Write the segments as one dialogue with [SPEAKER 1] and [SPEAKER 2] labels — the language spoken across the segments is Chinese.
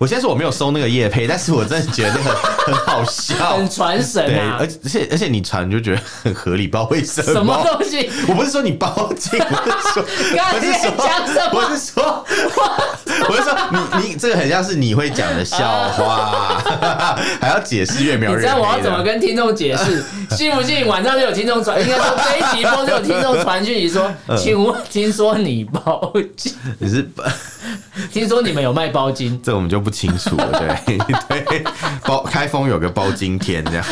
[SPEAKER 1] 我先说我没有收那个叶配，但是我真的觉得 很很好笑
[SPEAKER 2] 很。传神
[SPEAKER 1] 对，
[SPEAKER 2] 啊
[SPEAKER 1] 而，且而且而且你传就觉得很合理，不知道为什么。
[SPEAKER 2] 什么 东西？
[SPEAKER 1] 我不是说你包茎，我 是说，
[SPEAKER 2] 刚
[SPEAKER 1] 我
[SPEAKER 2] 才
[SPEAKER 1] 是
[SPEAKER 2] 在讲
[SPEAKER 1] 说，
[SPEAKER 2] 什么
[SPEAKER 1] 我是 说，我是说，你你这个很像是你会讲的笑话， 还要解释越描
[SPEAKER 2] 啊你
[SPEAKER 1] 越
[SPEAKER 2] 知道我要
[SPEAKER 1] 黑
[SPEAKER 2] 怎么
[SPEAKER 1] 的。
[SPEAKER 2] 跟听众解
[SPEAKER 1] 哎
[SPEAKER 2] 释？信不信晚上就有听众传，应该说这一集播就有听众传讯息 说，
[SPEAKER 1] 嗯
[SPEAKER 2] 请问听说你包 金，
[SPEAKER 1] 你是？
[SPEAKER 2] 听说你们有卖包金
[SPEAKER 1] 这我们就不清楚了，对 对，包开封有个包金天这样。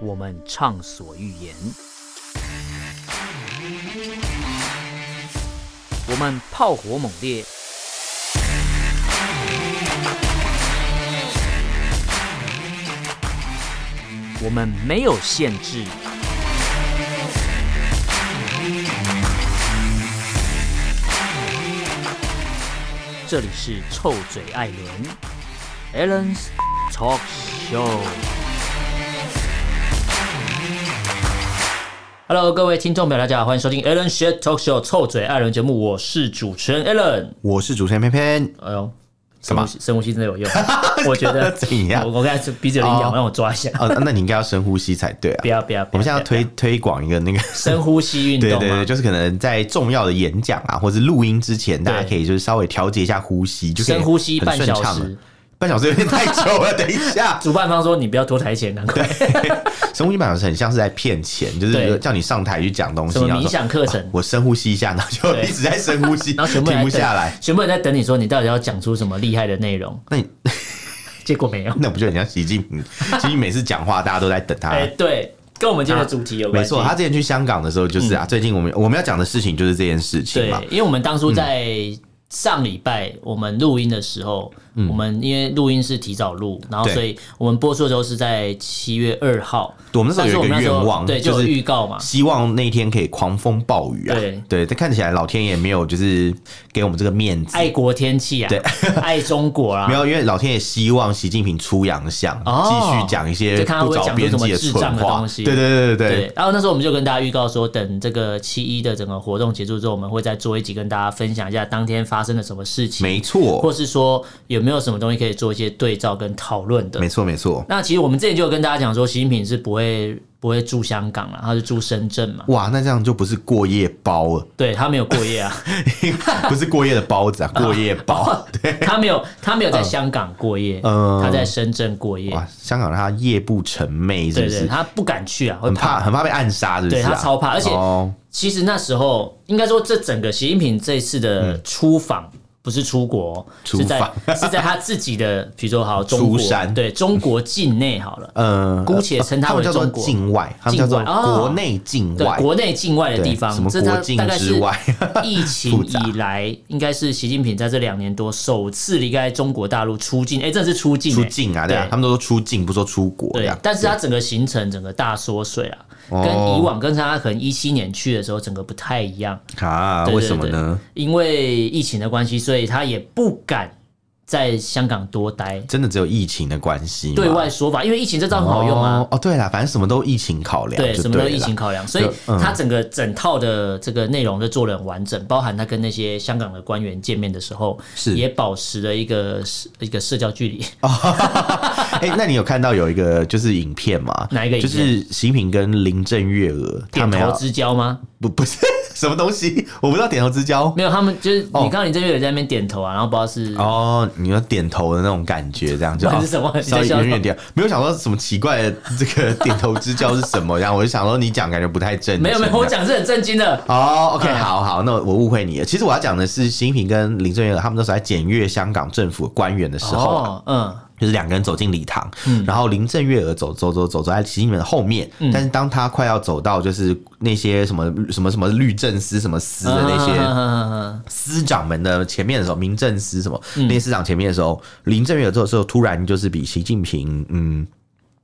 [SPEAKER 2] 我们畅所欲言，我们炮火猛烈，我们没有限制。这里是臭嘴艾伦 a l l e n s Talk Show。Hello，各位听众朋友，大家好，欢迎收听 Alan s h i t Talk Show 臭嘴艾伦节目，我是主持人 Alan。
[SPEAKER 1] 我是主持人偏偏，
[SPEAKER 2] 哎呦，
[SPEAKER 1] 干
[SPEAKER 2] 深
[SPEAKER 1] 嘛
[SPEAKER 2] 呼吸，深呼吸真的有 用，我觉得
[SPEAKER 1] 怎样
[SPEAKER 2] 我我刚才鼻子有点痒，
[SPEAKER 1] 哦
[SPEAKER 2] 让我抓一下。
[SPEAKER 1] 哦，那你应该要深呼吸才对啊
[SPEAKER 2] 不。要不要，
[SPEAKER 1] 我们现在要
[SPEAKER 2] 不
[SPEAKER 1] 推
[SPEAKER 2] 不
[SPEAKER 1] 推广一个那个
[SPEAKER 2] 深呼吸运
[SPEAKER 1] 对
[SPEAKER 2] 动
[SPEAKER 1] 对对，
[SPEAKER 2] 吗？
[SPEAKER 1] 就是可能在重要的演讲啊，或是录音之前，大家可以就是稍微调节一下呼吸，就可以
[SPEAKER 2] 深呼吸
[SPEAKER 1] 很
[SPEAKER 2] 半
[SPEAKER 1] 顺
[SPEAKER 2] 小
[SPEAKER 1] 畅了
[SPEAKER 2] 时。。
[SPEAKER 1] 半小时有点太久了，等一 下，
[SPEAKER 2] 主办方说你不要拖台前，难怪
[SPEAKER 1] 深呼吸半小时很像是在骗钱，就
[SPEAKER 2] 对
[SPEAKER 1] 是叫你上台去讲东西，
[SPEAKER 2] 什么
[SPEAKER 1] 然后
[SPEAKER 2] 冥
[SPEAKER 1] 说
[SPEAKER 2] 想课程，
[SPEAKER 1] 我深呼吸一下，然后就
[SPEAKER 2] 对
[SPEAKER 1] 一直在深呼吸，
[SPEAKER 2] 然后全部人
[SPEAKER 1] 停
[SPEAKER 2] 在
[SPEAKER 1] 不
[SPEAKER 2] 等
[SPEAKER 1] 下来。，
[SPEAKER 2] 全部人在等你说你到底要讲出什么厉害的内容，
[SPEAKER 1] 那你。
[SPEAKER 2] 结果没有
[SPEAKER 1] 那不就很像习近 平？习近平每次讲话，大家都在等他。
[SPEAKER 2] 哎，对，跟我们今天的主题有关
[SPEAKER 1] 没
[SPEAKER 2] 系。
[SPEAKER 1] 错，他之前去香港的时候就是啊，最近我们我们要讲的事情就是这件事情
[SPEAKER 2] 嗯对
[SPEAKER 1] 嘛。，嗯
[SPEAKER 2] 因为我们当初在上礼拜我们录音的时候，我们因为录音是提早录，然
[SPEAKER 1] 嗯
[SPEAKER 2] 后
[SPEAKER 1] 对
[SPEAKER 2] 所以我们播出的时候是在七月二号。
[SPEAKER 1] 我们那时候有一个
[SPEAKER 2] 但是我们那时候
[SPEAKER 1] 愿望，
[SPEAKER 2] 对，就
[SPEAKER 1] 就
[SPEAKER 2] 有
[SPEAKER 1] 是
[SPEAKER 2] 预告嘛。
[SPEAKER 1] 希望那一天可以狂风暴雨啊！
[SPEAKER 2] 对
[SPEAKER 1] 对，但看起来老天爷没有就是给我们这个面子，
[SPEAKER 2] 爱国天气啊， 爱中国
[SPEAKER 1] 没
[SPEAKER 2] 啊，
[SPEAKER 1] 有，因为老天爷希望习近平出洋相，继、
[SPEAKER 2] 哦
[SPEAKER 1] 续讲一些
[SPEAKER 2] 就看他
[SPEAKER 1] 不
[SPEAKER 2] 会
[SPEAKER 1] 着
[SPEAKER 2] 讲出
[SPEAKER 1] 边
[SPEAKER 2] 什么
[SPEAKER 1] 际
[SPEAKER 2] 智障
[SPEAKER 1] 蠢
[SPEAKER 2] 的
[SPEAKER 1] 话。
[SPEAKER 2] 东西
[SPEAKER 1] 对对对对对
[SPEAKER 2] 对。然后那时候我们就跟大家预告说，等这个七一的整个活动结束之后，我们会再做一集跟大家分享一下当天发生了什么事情，
[SPEAKER 1] 没
[SPEAKER 2] 或
[SPEAKER 1] 错，
[SPEAKER 2] 是说有没有什么东西可以做一些对照跟讨论的
[SPEAKER 1] 没。错，没错。
[SPEAKER 2] 那其实我们之前就有跟大家讲说，习近平是不会不会住香港了，他是住深圳嘛。
[SPEAKER 1] 哇，那这样就不是过夜包了，
[SPEAKER 2] 对他没有过夜啊，
[SPEAKER 1] 不是过夜的包子啊，过夜
[SPEAKER 2] 哦
[SPEAKER 1] 包。对，
[SPEAKER 2] 他没有他没有在香港过夜，
[SPEAKER 1] 嗯
[SPEAKER 2] 他在深圳过夜。
[SPEAKER 1] 哇，香港他夜不成寐，是
[SPEAKER 2] 对
[SPEAKER 1] 不
[SPEAKER 2] 对，
[SPEAKER 1] 是？
[SPEAKER 2] 他不敢去啊，会
[SPEAKER 1] 很
[SPEAKER 2] 怕。
[SPEAKER 1] 怕，很怕被暗杀，是不是、啊？
[SPEAKER 2] 对他超怕，而且
[SPEAKER 1] 哦，
[SPEAKER 2] 其实那时候应该说，这整个习近平这次的出访。不是出国哦，
[SPEAKER 1] 嗯出
[SPEAKER 2] 是在
[SPEAKER 1] 访
[SPEAKER 2] 是在他自己的，比如说好中国
[SPEAKER 1] 出山
[SPEAKER 2] 对中国境内好了，
[SPEAKER 1] 呃，
[SPEAKER 2] 姑且称它
[SPEAKER 1] 他们
[SPEAKER 2] 为
[SPEAKER 1] 叫做
[SPEAKER 2] 中国
[SPEAKER 1] 境外，他们叫做
[SPEAKER 2] 境外哦
[SPEAKER 1] 国内境
[SPEAKER 2] 对
[SPEAKER 1] 外，
[SPEAKER 2] 国内境外的
[SPEAKER 1] 对
[SPEAKER 2] 地方
[SPEAKER 1] 什，么
[SPEAKER 2] 这它
[SPEAKER 1] 国境
[SPEAKER 2] 大概
[SPEAKER 1] 之
[SPEAKER 2] 是
[SPEAKER 1] 外
[SPEAKER 2] 疫情
[SPEAKER 1] 复杂
[SPEAKER 2] 以来，应该是习近平在这两年多首次离开中国大陆出境，哎、这是出境、
[SPEAKER 1] 出
[SPEAKER 2] 哎
[SPEAKER 1] 境啊，对啊，他们都说出境，不说出国这
[SPEAKER 2] 对
[SPEAKER 1] 样，。
[SPEAKER 2] 但是他整个行程整个大缩水啊，跟
[SPEAKER 1] 哦
[SPEAKER 2] 以往跟他可能一七年去的时候整个不太一样，
[SPEAKER 1] 啊，
[SPEAKER 2] 对
[SPEAKER 1] 为什么？呢
[SPEAKER 2] 对？对因为疫情的关系，所以他也不敢在香港多待。
[SPEAKER 1] 真的只有疫情的关系吗？
[SPEAKER 2] 对外说法，因为疫情这招很好用啊，
[SPEAKER 1] 哦。哦，对啦，反正什么都疫情考量，
[SPEAKER 2] 对，
[SPEAKER 1] 就
[SPEAKER 2] 什么都
[SPEAKER 1] 对
[SPEAKER 2] 疫
[SPEAKER 1] 啦
[SPEAKER 2] 情考量，所以
[SPEAKER 1] 就嗯
[SPEAKER 2] 他整个整套的这个内容都做得很完整，包含他跟那些香港的官员见面的时候，
[SPEAKER 1] 是哦
[SPEAKER 2] 也保持了一个社一个社交距离。
[SPEAKER 1] 哎、那你有看到有一个就是影片吗？
[SPEAKER 2] 哪一个影
[SPEAKER 1] 就
[SPEAKER 2] 片
[SPEAKER 1] 是习近平跟林郑月娥他
[SPEAKER 2] 点
[SPEAKER 1] 们
[SPEAKER 2] 头
[SPEAKER 1] 要
[SPEAKER 2] 之交吗？
[SPEAKER 1] 不 不是什么东西，我不知道点头之交。
[SPEAKER 2] 没有，他们就是
[SPEAKER 1] 哦
[SPEAKER 2] 你看到林郑月娥在那边点头啊，然后不知道是
[SPEAKER 1] 哦，你要点头的那种感觉，这样就
[SPEAKER 2] 不然是 什么
[SPEAKER 1] 啊
[SPEAKER 2] 你在
[SPEAKER 1] 稍微
[SPEAKER 2] 笑什么
[SPEAKER 1] 远远点，没有想到什么奇怪的这个点头之交是什么，然后我就想说你讲感觉不太正经，
[SPEAKER 2] 没有没有，我
[SPEAKER 1] 这样
[SPEAKER 2] 讲是很震惊的。
[SPEAKER 1] 哦、o k
[SPEAKER 2] 嗯
[SPEAKER 1] 好好，那我误会你了。其实我要讲的是，习近平跟林郑月娥他们那时候在检阅香港政府官员的时候啊，
[SPEAKER 2] 哦，嗯，
[SPEAKER 1] 就是两个人走进礼堂，然后林郑月娥走走走走走在习近平的后面，但是当他快要走到就是那些什么什么什么律政司什么司的那些
[SPEAKER 2] 嗯嗯嗯嗯
[SPEAKER 1] 司长们的前面的时候，民政司什么那些司长前面的时候，林郑月娥这时候突然就是比习近平嗯。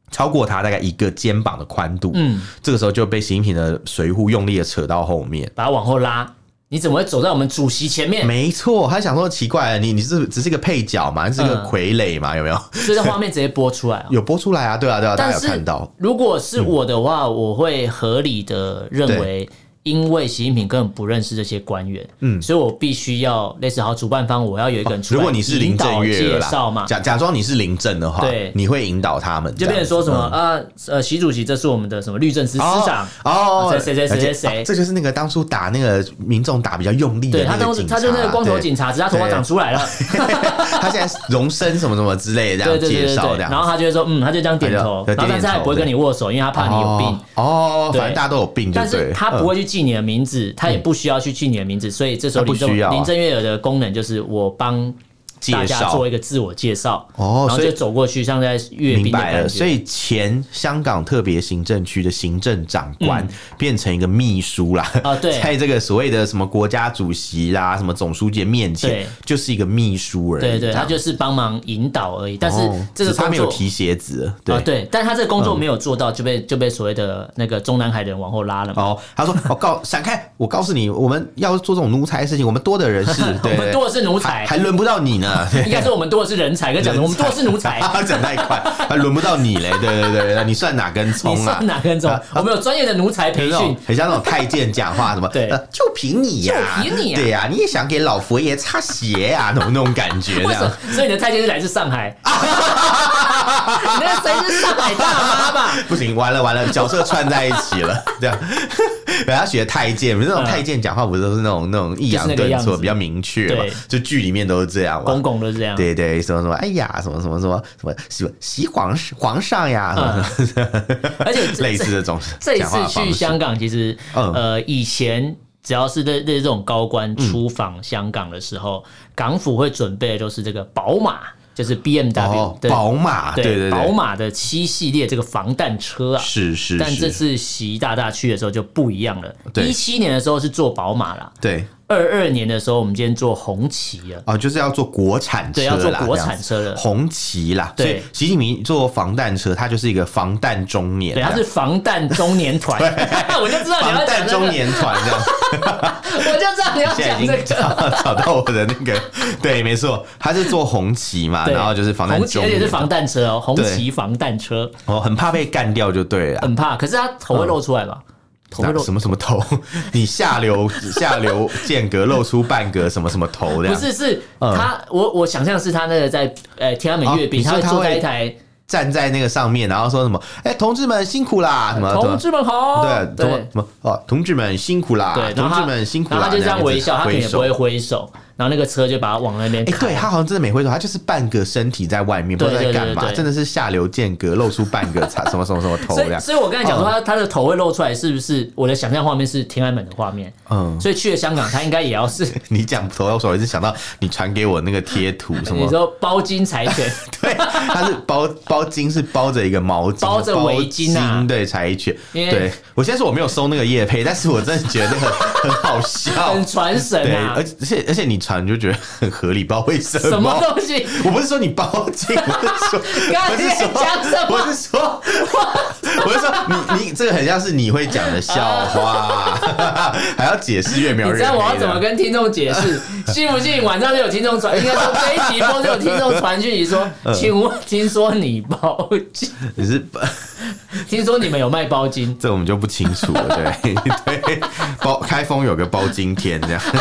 [SPEAKER 1] 超过他大概一个肩膀的宽度，嗯，这个时候就被习近平的水壶用力的扯到后面，
[SPEAKER 2] 把它往后拉，你怎么会走在我们主席前面？
[SPEAKER 1] 没错，他想说奇怪，你你是只是个配角嘛，你是个
[SPEAKER 2] 嗯
[SPEAKER 1] 傀儡嘛，有没有？
[SPEAKER 2] 所以这画面直接播 出来啊。
[SPEAKER 1] 有播出来啊，对啊，对啊，大
[SPEAKER 2] 但
[SPEAKER 1] 家有
[SPEAKER 2] 是
[SPEAKER 1] 看到，
[SPEAKER 2] 如果是我的话，我会合理的认为。因为习近平根本不认识这些官员，嗯，所以我必须要类似好主办方，我要有一个人出
[SPEAKER 1] 哦
[SPEAKER 2] 来
[SPEAKER 1] 如果你是
[SPEAKER 2] 引
[SPEAKER 1] 林
[SPEAKER 2] 导
[SPEAKER 1] 正月
[SPEAKER 2] 介
[SPEAKER 1] 了
[SPEAKER 2] 绍
[SPEAKER 1] 啦
[SPEAKER 2] 嘛，
[SPEAKER 1] 假假装你是林正的话，
[SPEAKER 2] 对
[SPEAKER 1] 你会引导他们，
[SPEAKER 2] 就变成说什么
[SPEAKER 1] 这样子嗯
[SPEAKER 2] 啊呃，习主席，这是我们的什么律政司司
[SPEAKER 1] 哦
[SPEAKER 2] 长，
[SPEAKER 1] 哦，
[SPEAKER 2] 谁谁谁谁
[SPEAKER 1] 而且
[SPEAKER 2] 谁
[SPEAKER 1] 啊这就是那个当初打那个民众打比较用力的
[SPEAKER 2] 对他
[SPEAKER 1] 那
[SPEAKER 2] 当
[SPEAKER 1] 个
[SPEAKER 2] 时
[SPEAKER 1] 警察，
[SPEAKER 2] 他就那个光头
[SPEAKER 1] 对
[SPEAKER 2] 警察，只是他头发
[SPEAKER 1] 对
[SPEAKER 2] 长出来了，
[SPEAKER 1] 他现在荣升什么什么之类的这 样
[SPEAKER 2] 对对对
[SPEAKER 1] 介
[SPEAKER 2] 对
[SPEAKER 1] 绍
[SPEAKER 2] 对，
[SPEAKER 1] 这样
[SPEAKER 2] 然后他就会说嗯，他就这样点头，
[SPEAKER 1] 他就
[SPEAKER 2] 然后但是他也不会跟你握手，因为他怕你有病。
[SPEAKER 1] 哦，哦
[SPEAKER 2] 对
[SPEAKER 1] 反正大家都有病就
[SPEAKER 2] 但
[SPEAKER 1] 对，嗯
[SPEAKER 2] 是他不会去记你的名字，他也不需要去记你的名字，所以这时候
[SPEAKER 1] 他不
[SPEAKER 2] 林正
[SPEAKER 1] 需要啊
[SPEAKER 2] 林郑月娥的功能就是我帮
[SPEAKER 1] 介
[SPEAKER 2] 大家
[SPEAKER 1] 绍
[SPEAKER 2] 做一个自我介绍，
[SPEAKER 1] 哦
[SPEAKER 2] 然后
[SPEAKER 1] 所以
[SPEAKER 2] 就走过去，像在阅
[SPEAKER 1] 嗯
[SPEAKER 2] 兵
[SPEAKER 1] 明
[SPEAKER 2] 的
[SPEAKER 1] 白
[SPEAKER 2] 感
[SPEAKER 1] 了。
[SPEAKER 2] 觉。
[SPEAKER 1] 所以前香港特别行政区的行政长官变成一个秘书啦，
[SPEAKER 2] 嗯啊 对
[SPEAKER 1] 在这个所谓的什么国家主席啦、什么总书记的面
[SPEAKER 2] 对
[SPEAKER 1] 前，就是一个秘书而已。
[SPEAKER 2] 对
[SPEAKER 1] 这
[SPEAKER 2] 对，
[SPEAKER 1] 样
[SPEAKER 2] 他就是帮忙引导而已，但是
[SPEAKER 1] 哦
[SPEAKER 2] 这个
[SPEAKER 1] 只是他
[SPEAKER 2] 工
[SPEAKER 1] 没有
[SPEAKER 2] 作。
[SPEAKER 1] 提鞋子，
[SPEAKER 2] 啊，
[SPEAKER 1] 对。嗯
[SPEAKER 2] 对，但他这个工作没有做到，就被就被所谓的那个中南海的人往后拉了嘛。
[SPEAKER 1] 哦，他说：“ 我、告闪开！我告诉你，我们要做这种奴才的事情，我们多的人 是，对
[SPEAKER 2] 我们多的是奴才
[SPEAKER 1] 还还轮不到你 呢。对
[SPEAKER 2] 应该说我们多的是人才，跟讲的我们多的是奴才，
[SPEAKER 1] 他 讲太快，还轮不到你嘞。对对对对，你算哪根
[SPEAKER 2] 你
[SPEAKER 1] 葱啊
[SPEAKER 2] 算？哪根葱？我们有专业的奴才 培
[SPEAKER 1] 那种
[SPEAKER 2] 训，
[SPEAKER 1] 很像那种太监讲话什么，
[SPEAKER 2] 对
[SPEAKER 1] 呃就凭你呀，
[SPEAKER 2] 就凭你呀
[SPEAKER 1] 对呀，你也想给老佛爷擦鞋啊， 那种那种感觉，这
[SPEAKER 2] 为什
[SPEAKER 1] 样
[SPEAKER 2] 么？所以你的太监是来自 上海，你那个谁是上海大妈吧？
[SPEAKER 1] 不行，完了完 了，角色串在一起了，这样。 本来他学太监，那种
[SPEAKER 2] 嗯
[SPEAKER 1] 太监讲话不都是那种那种抑扬
[SPEAKER 2] 就是那个
[SPEAKER 1] 顿
[SPEAKER 2] 样子
[SPEAKER 1] 挫，比较明确嘛
[SPEAKER 2] 对？
[SPEAKER 1] 就剧里面都是这样嘛
[SPEAKER 2] 公。啊公都是这样，
[SPEAKER 1] 对对，什么什么，哎呀，什么什么什么什么什么习皇皇上呀，什么什么，
[SPEAKER 2] 而且这
[SPEAKER 1] 类似这种
[SPEAKER 2] 啊这一
[SPEAKER 1] 讲话
[SPEAKER 2] 次
[SPEAKER 1] 的方
[SPEAKER 2] 去
[SPEAKER 1] 式
[SPEAKER 2] 香港，其实、
[SPEAKER 1] 嗯
[SPEAKER 2] 呃，以前只要是这这种高官出访香港的时候，港府会准备的都是这个宝马，就是 B M W
[SPEAKER 1] 哦，
[SPEAKER 2] 的、
[SPEAKER 1] 宝马，对对
[SPEAKER 2] 宝
[SPEAKER 1] 对，
[SPEAKER 2] 马的七系列这个防弹车啊。
[SPEAKER 1] 是是
[SPEAKER 2] 但这
[SPEAKER 1] 是，
[SPEAKER 2] 次习大大去的时候就不一样了。
[SPEAKER 1] 对
[SPEAKER 2] 一七年的时候是做宝马啦，
[SPEAKER 1] 对
[SPEAKER 2] 二二年的时候我们今天做红旗了。
[SPEAKER 1] 哦，就是要做国产车
[SPEAKER 2] 对，
[SPEAKER 1] 啦，
[SPEAKER 2] 要做
[SPEAKER 1] 这
[SPEAKER 2] 国
[SPEAKER 1] 样
[SPEAKER 2] 产
[SPEAKER 1] 子
[SPEAKER 2] 车了。
[SPEAKER 1] 红旗啦，
[SPEAKER 2] 对
[SPEAKER 1] 所以习近平做防弹车，他就是一个防弹中年，
[SPEAKER 2] 对，他是防弹中 年团，我就知道
[SPEAKER 1] 这
[SPEAKER 2] 你
[SPEAKER 1] 样
[SPEAKER 2] 要
[SPEAKER 1] 防
[SPEAKER 2] 讲
[SPEAKER 1] 弹
[SPEAKER 2] 这个
[SPEAKER 1] 中，年团 这样。
[SPEAKER 2] 我就知道你要
[SPEAKER 1] 现在
[SPEAKER 2] 讲
[SPEAKER 1] 已 经
[SPEAKER 2] 这个。
[SPEAKER 1] 找找到我的那个，对，没错，他是做红旗嘛，
[SPEAKER 2] 对
[SPEAKER 1] 然后就是防弹
[SPEAKER 2] 红旗，
[SPEAKER 1] 中
[SPEAKER 2] 而且
[SPEAKER 1] 年
[SPEAKER 2] 是，防弹车哦，红
[SPEAKER 1] 对
[SPEAKER 2] 旗防弹车，
[SPEAKER 1] 哦，很怕被干掉就对了。
[SPEAKER 2] 很怕。可是他头会露出来吧？嗯
[SPEAKER 1] 嗯
[SPEAKER 2] 头会
[SPEAKER 1] 那
[SPEAKER 2] 露，
[SPEAKER 1] 什么什么头？ 你下流下流间隔露出半格什么什么头这
[SPEAKER 2] 不
[SPEAKER 1] 样？
[SPEAKER 2] 是是他，我我想象是他那个在呃天安门阅兵，
[SPEAKER 1] 嗯哦你说
[SPEAKER 2] 他会
[SPEAKER 1] 他
[SPEAKER 2] 坐在
[SPEAKER 1] 会
[SPEAKER 2] 一台
[SPEAKER 1] 站在那个上面，然后说什么？哎，同志们辛苦啦！什么什
[SPEAKER 2] 同
[SPEAKER 1] 么？
[SPEAKER 2] 志们
[SPEAKER 1] 啊
[SPEAKER 2] 好，
[SPEAKER 1] 对，啊
[SPEAKER 2] 对
[SPEAKER 1] 同什么哦，同志们辛苦啦！
[SPEAKER 2] 对，然
[SPEAKER 1] 同
[SPEAKER 2] 后
[SPEAKER 1] 志
[SPEAKER 2] 他
[SPEAKER 1] 们辛苦
[SPEAKER 2] 然
[SPEAKER 1] 啦！
[SPEAKER 2] 后他就这样
[SPEAKER 1] 子
[SPEAKER 2] 微笑，他可能
[SPEAKER 1] 挥
[SPEAKER 2] 也不
[SPEAKER 1] 手
[SPEAKER 2] 会挥手，然后那个车就把他往那边
[SPEAKER 1] 哎、
[SPEAKER 2] 开。
[SPEAKER 1] 对他好像真的没挥手，他就是半个身体在外面，不知道在
[SPEAKER 2] 对对
[SPEAKER 1] 干嘛，
[SPEAKER 2] 对对对
[SPEAKER 1] 真的是下流间隔，露出半个 叉什么什么什么头
[SPEAKER 2] 所
[SPEAKER 1] 这
[SPEAKER 2] 以，
[SPEAKER 1] 样。
[SPEAKER 2] 所以我刚才
[SPEAKER 1] 嗯
[SPEAKER 2] 讲说他他的头会露出来，是不是我的想象画面是天安门的画面？
[SPEAKER 1] 嗯，
[SPEAKER 2] 所以去了香港，他应该也要是
[SPEAKER 1] 你讲头要手，我就想到你传给我那个贴 图，什
[SPEAKER 2] 你
[SPEAKER 1] 么？
[SPEAKER 2] 说包金 柴犬，
[SPEAKER 1] 对，他是包包巾，是包着一个毛巾，
[SPEAKER 2] 包着围巾啊
[SPEAKER 1] 巾对，柴犬。
[SPEAKER 2] 因为
[SPEAKER 1] 对我现在说我没有收那个叶配，但是我真的觉得 很很好笑
[SPEAKER 2] 很。
[SPEAKER 1] 哦
[SPEAKER 2] 传
[SPEAKER 1] 对，
[SPEAKER 2] 神啊
[SPEAKER 1] 而，且而且你传就觉得很合理，不知道为什么。
[SPEAKER 2] 什么东西？
[SPEAKER 1] 我不是说你包茎，我是说，我是说
[SPEAKER 2] 刚才在讲什么
[SPEAKER 1] 我是说，我是说，你你这个很像是你会讲的笑 话，还要解释越描
[SPEAKER 2] 你
[SPEAKER 1] 越
[SPEAKER 2] 知道我要怎么
[SPEAKER 1] 黑
[SPEAKER 2] 跟听众 解释？信不信晚上就有听众传？应该说这一集播就有听众传讯息说，
[SPEAKER 1] 嗯
[SPEAKER 2] 请问听说你包金？
[SPEAKER 1] 的你是
[SPEAKER 2] 听说你们有卖包金？
[SPEAKER 1] 这我们就不清楚了，对 对，包开封有个包金天这样。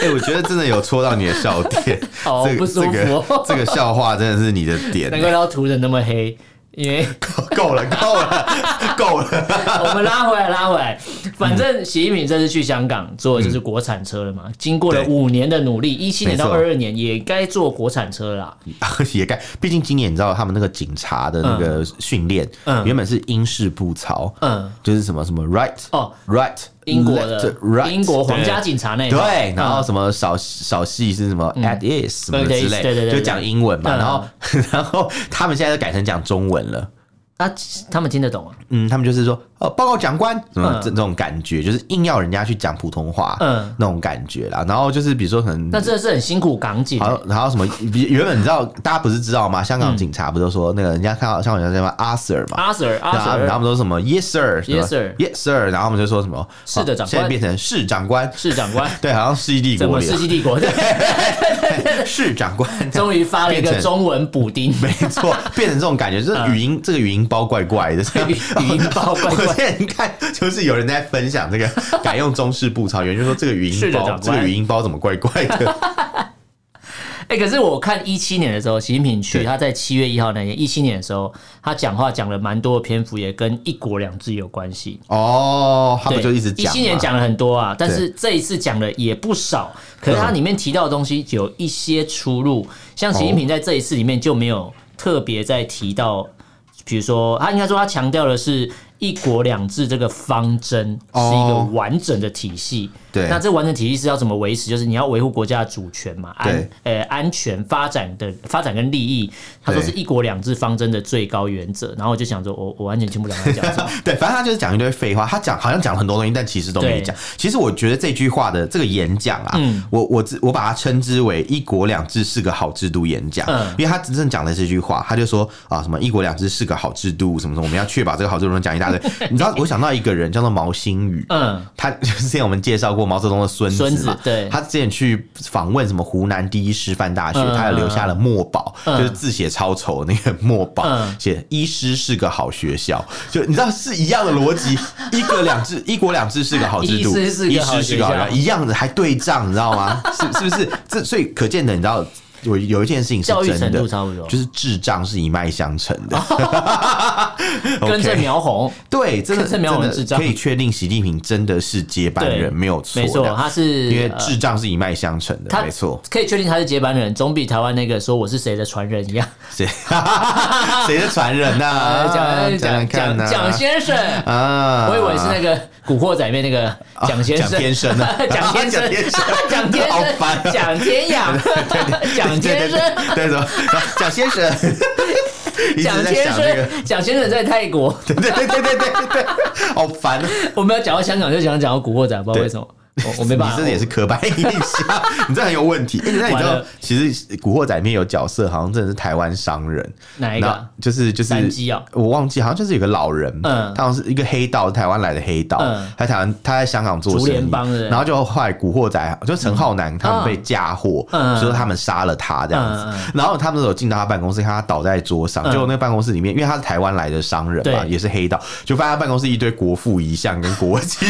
[SPEAKER 1] 哎、我觉得真的有戳到你的笑点，
[SPEAKER 2] 好
[SPEAKER 1] 这个
[SPEAKER 2] 不舒服哦
[SPEAKER 1] 这个这个笑话真的是你的点，
[SPEAKER 2] 难怪要涂的那么黑，因为。
[SPEAKER 1] 够了，够了，够了。
[SPEAKER 2] 我们拉回来，拉回来。
[SPEAKER 1] 嗯
[SPEAKER 2] 反正习近平这次去香港做的就是国产车了嘛，经过了
[SPEAKER 1] 嗯对
[SPEAKER 2] 五年的努力，一七年到
[SPEAKER 1] 没错
[SPEAKER 2] 二二年也该做国产车啦。
[SPEAKER 1] 也该，毕竟今年你知道他们那个警察的那个训练，
[SPEAKER 2] 嗯
[SPEAKER 1] 原本是英式步操，
[SPEAKER 2] 嗯，
[SPEAKER 1] 就是什么什么 right
[SPEAKER 2] 哦
[SPEAKER 1] right
[SPEAKER 2] 英国的
[SPEAKER 1] left, right
[SPEAKER 2] 英国皇家
[SPEAKER 1] 对。
[SPEAKER 2] 警察那一套
[SPEAKER 1] 对，然后
[SPEAKER 2] 嗯
[SPEAKER 1] 什么少少戏是什么 at is 什么
[SPEAKER 2] at
[SPEAKER 1] 之
[SPEAKER 2] is，
[SPEAKER 1] 类，
[SPEAKER 2] 对对对对
[SPEAKER 1] 就讲英文嘛。
[SPEAKER 2] 嗯
[SPEAKER 1] 然后 然后他们现在都改成讲中文了，
[SPEAKER 2] 他他们听得懂啊？
[SPEAKER 1] 嗯，他们就是说呃报告长官什么
[SPEAKER 2] 嗯
[SPEAKER 1] 这这种感觉，就是硬要人家去讲普通话，
[SPEAKER 2] 嗯
[SPEAKER 1] 那种感觉啦。然后就是比如说可能
[SPEAKER 2] 那真的是很辛苦港警欸。
[SPEAKER 1] 然后，然后什么？比原本你知道，大家不是知道吗？香港警察不都说那个人家看到香港人家叫阿 Sir 嘛，
[SPEAKER 2] 阿 Sir，
[SPEAKER 1] 然后他
[SPEAKER 2] 阿
[SPEAKER 1] 们他
[SPEAKER 2] Sir，
[SPEAKER 1] 们都说什么 Yes
[SPEAKER 2] Yes, sir
[SPEAKER 1] Sir，Yes Sir，然后他们就说什么
[SPEAKER 2] 是的
[SPEAKER 1] 好
[SPEAKER 2] 长官
[SPEAKER 1] 现在变成是长官，
[SPEAKER 2] 是长 官，
[SPEAKER 1] 对，好像世纪帝
[SPEAKER 2] 这
[SPEAKER 1] 国
[SPEAKER 2] 么
[SPEAKER 1] 里
[SPEAKER 2] 世纪帝国对
[SPEAKER 1] 了是长官，
[SPEAKER 2] 终于发了一
[SPEAKER 1] 变
[SPEAKER 2] 个
[SPEAKER 1] 成
[SPEAKER 2] 中文补丁，
[SPEAKER 1] 没错，变成这种感觉，就是语音这个语音包怪怪的，这样
[SPEAKER 2] 嗯 语音包怪怪
[SPEAKER 1] 或者 有些人看就是有人在分享这个改用中式布草原，就说这个语
[SPEAKER 2] 是
[SPEAKER 1] 音
[SPEAKER 2] 的
[SPEAKER 1] 包，
[SPEAKER 2] 长
[SPEAKER 1] 这个
[SPEAKER 2] 官
[SPEAKER 1] 语音包怎么怪怪的？
[SPEAKER 2] 哎、可是我看一七年的时候，习近平去，
[SPEAKER 1] 对
[SPEAKER 2] 他在七月一号那天，一七年的时候，他讲话讲了蛮多的篇幅，也跟“一国两制”有关系。
[SPEAKER 1] 哦，他们就一直
[SPEAKER 2] 一
[SPEAKER 1] 讲嘛，
[SPEAKER 2] 七年讲了很多啊，但是这一次讲的也不少，可是它里面提到的东西有一些出入，像习近平在这一次里面就没有特别在提到，比如说他应该说他强调的是。一国两制这个方针是
[SPEAKER 1] 哦
[SPEAKER 2] 一个完整的体系，
[SPEAKER 1] 对
[SPEAKER 2] 那这完整体系是要怎么维持？就是你要维护国家的主权嘛，安
[SPEAKER 1] 对
[SPEAKER 2] 呃安全发展的发展跟利益，他说是
[SPEAKER 1] 对
[SPEAKER 2] 一国两制方针的最高原则。然后我就想说，我我完全听不懂他在讲什 么。
[SPEAKER 1] 对，反正他就是讲一堆废话，他讲好像讲了很多东西，但其实都没讲。其实我觉得这句话的这个演讲啊，我我只我把它称之为“一国两制是个好制度”演讲，
[SPEAKER 2] 嗯
[SPEAKER 1] 因为他真正讲的这句话，他就说啊什么“一国两制是个好制度”什么什么，我们要确保这个好制度，讲一大堆。你知道，我想到一个人叫做毛新宇，
[SPEAKER 2] 嗯，
[SPEAKER 1] 他 之前我们介绍过毛泽东的孙子嘛，
[SPEAKER 2] 孙子对
[SPEAKER 1] 他之前去访问什么湖南第一师范大学，
[SPEAKER 2] 嗯
[SPEAKER 1] 他有留下了墨宝，
[SPEAKER 2] 嗯
[SPEAKER 1] 就是字写超丑的那个墨宝
[SPEAKER 2] 嗯，
[SPEAKER 1] 写、医师是个好学校，就你知道是一样的逻 辑，一国两制，一国两制是个好制度，
[SPEAKER 2] 医师是个好
[SPEAKER 1] 医师是个好
[SPEAKER 2] 学校
[SPEAKER 1] 一样的还对仗，你知道 吗？是是不是？这所以可见的，你知道。有有一件事情是
[SPEAKER 2] 教育
[SPEAKER 1] 真
[SPEAKER 2] 程
[SPEAKER 1] 的
[SPEAKER 2] 度，差不多
[SPEAKER 1] 就是智障是一脉相承的。
[SPEAKER 2] 跟着
[SPEAKER 1] OK
[SPEAKER 2] 苗红。
[SPEAKER 1] 对，真的
[SPEAKER 2] 可是苗文
[SPEAKER 1] 真
[SPEAKER 2] 智
[SPEAKER 1] 的
[SPEAKER 2] 障
[SPEAKER 1] 可以确定习近平真的是接班
[SPEAKER 2] 对
[SPEAKER 1] 人，没有错的，
[SPEAKER 2] 没错，他是
[SPEAKER 1] 因为
[SPEAKER 2] 呃
[SPEAKER 1] 智障是一脉相承的，
[SPEAKER 2] 他
[SPEAKER 1] 没错。
[SPEAKER 2] 可以确定他是接班人，总比台湾那个说我是谁的传人一样。
[SPEAKER 1] 谁 谁的传人呐、 啊？
[SPEAKER 2] 呃蒋蒋
[SPEAKER 1] 看
[SPEAKER 2] 蒋
[SPEAKER 1] 呐
[SPEAKER 2] 蒋先生，
[SPEAKER 1] 啊，
[SPEAKER 2] 我以为是那个《古惑仔》里面那个蒋先
[SPEAKER 1] 蒋天
[SPEAKER 2] 生。，
[SPEAKER 1] 生啊
[SPEAKER 2] 蒋天生
[SPEAKER 1] 蒋天生，
[SPEAKER 2] 蒋天
[SPEAKER 1] 好烦啊
[SPEAKER 2] 生，蒋天养，
[SPEAKER 1] 对
[SPEAKER 2] 蒋天
[SPEAKER 1] 对
[SPEAKER 2] 生，
[SPEAKER 1] 对对，什么蒋先生，一
[SPEAKER 2] 蒋
[SPEAKER 1] 直在
[SPEAKER 2] 先
[SPEAKER 1] 想这个，
[SPEAKER 2] 生，蒋先生在泰国。
[SPEAKER 1] 对对对对对对对，好烦啊。
[SPEAKER 2] 我们要讲到香港，就想讲到《古惑仔》，不知道为 什么，我我没办法。
[SPEAKER 1] 你这也是刻板印象，你这很有问题。而且那你知
[SPEAKER 2] 完
[SPEAKER 1] 道
[SPEAKER 2] 了，
[SPEAKER 1] 其实《古惑仔》里面有角色，好像真的是台湾商人，
[SPEAKER 2] 哪一个啊？
[SPEAKER 1] 那就是就是
[SPEAKER 2] 山鸡啊
[SPEAKER 1] 我忘记，好像就是有个老人，
[SPEAKER 2] 嗯
[SPEAKER 1] 他好像是一个黑道，台湾来的黑道
[SPEAKER 2] 嗯，
[SPEAKER 1] 他台湾他在香港做
[SPEAKER 2] 竹
[SPEAKER 1] 生
[SPEAKER 2] 联
[SPEAKER 1] 意
[SPEAKER 2] 帮的，
[SPEAKER 1] 然后就后来古惑仔就陈浩南他
[SPEAKER 2] 嗯
[SPEAKER 1] 们被嫁祸，
[SPEAKER 2] 嗯
[SPEAKER 1] 说他们杀了他这样
[SPEAKER 2] 嗯嗯
[SPEAKER 1] 子，然后他们有进到他办公室，看他倒在桌上，
[SPEAKER 2] 嗯
[SPEAKER 1] 结果那个办公室里面，因为他是台湾来的商人嘛，
[SPEAKER 2] 对
[SPEAKER 1] 也是黑道，就发现他办公室一堆国父遗像跟国 旗，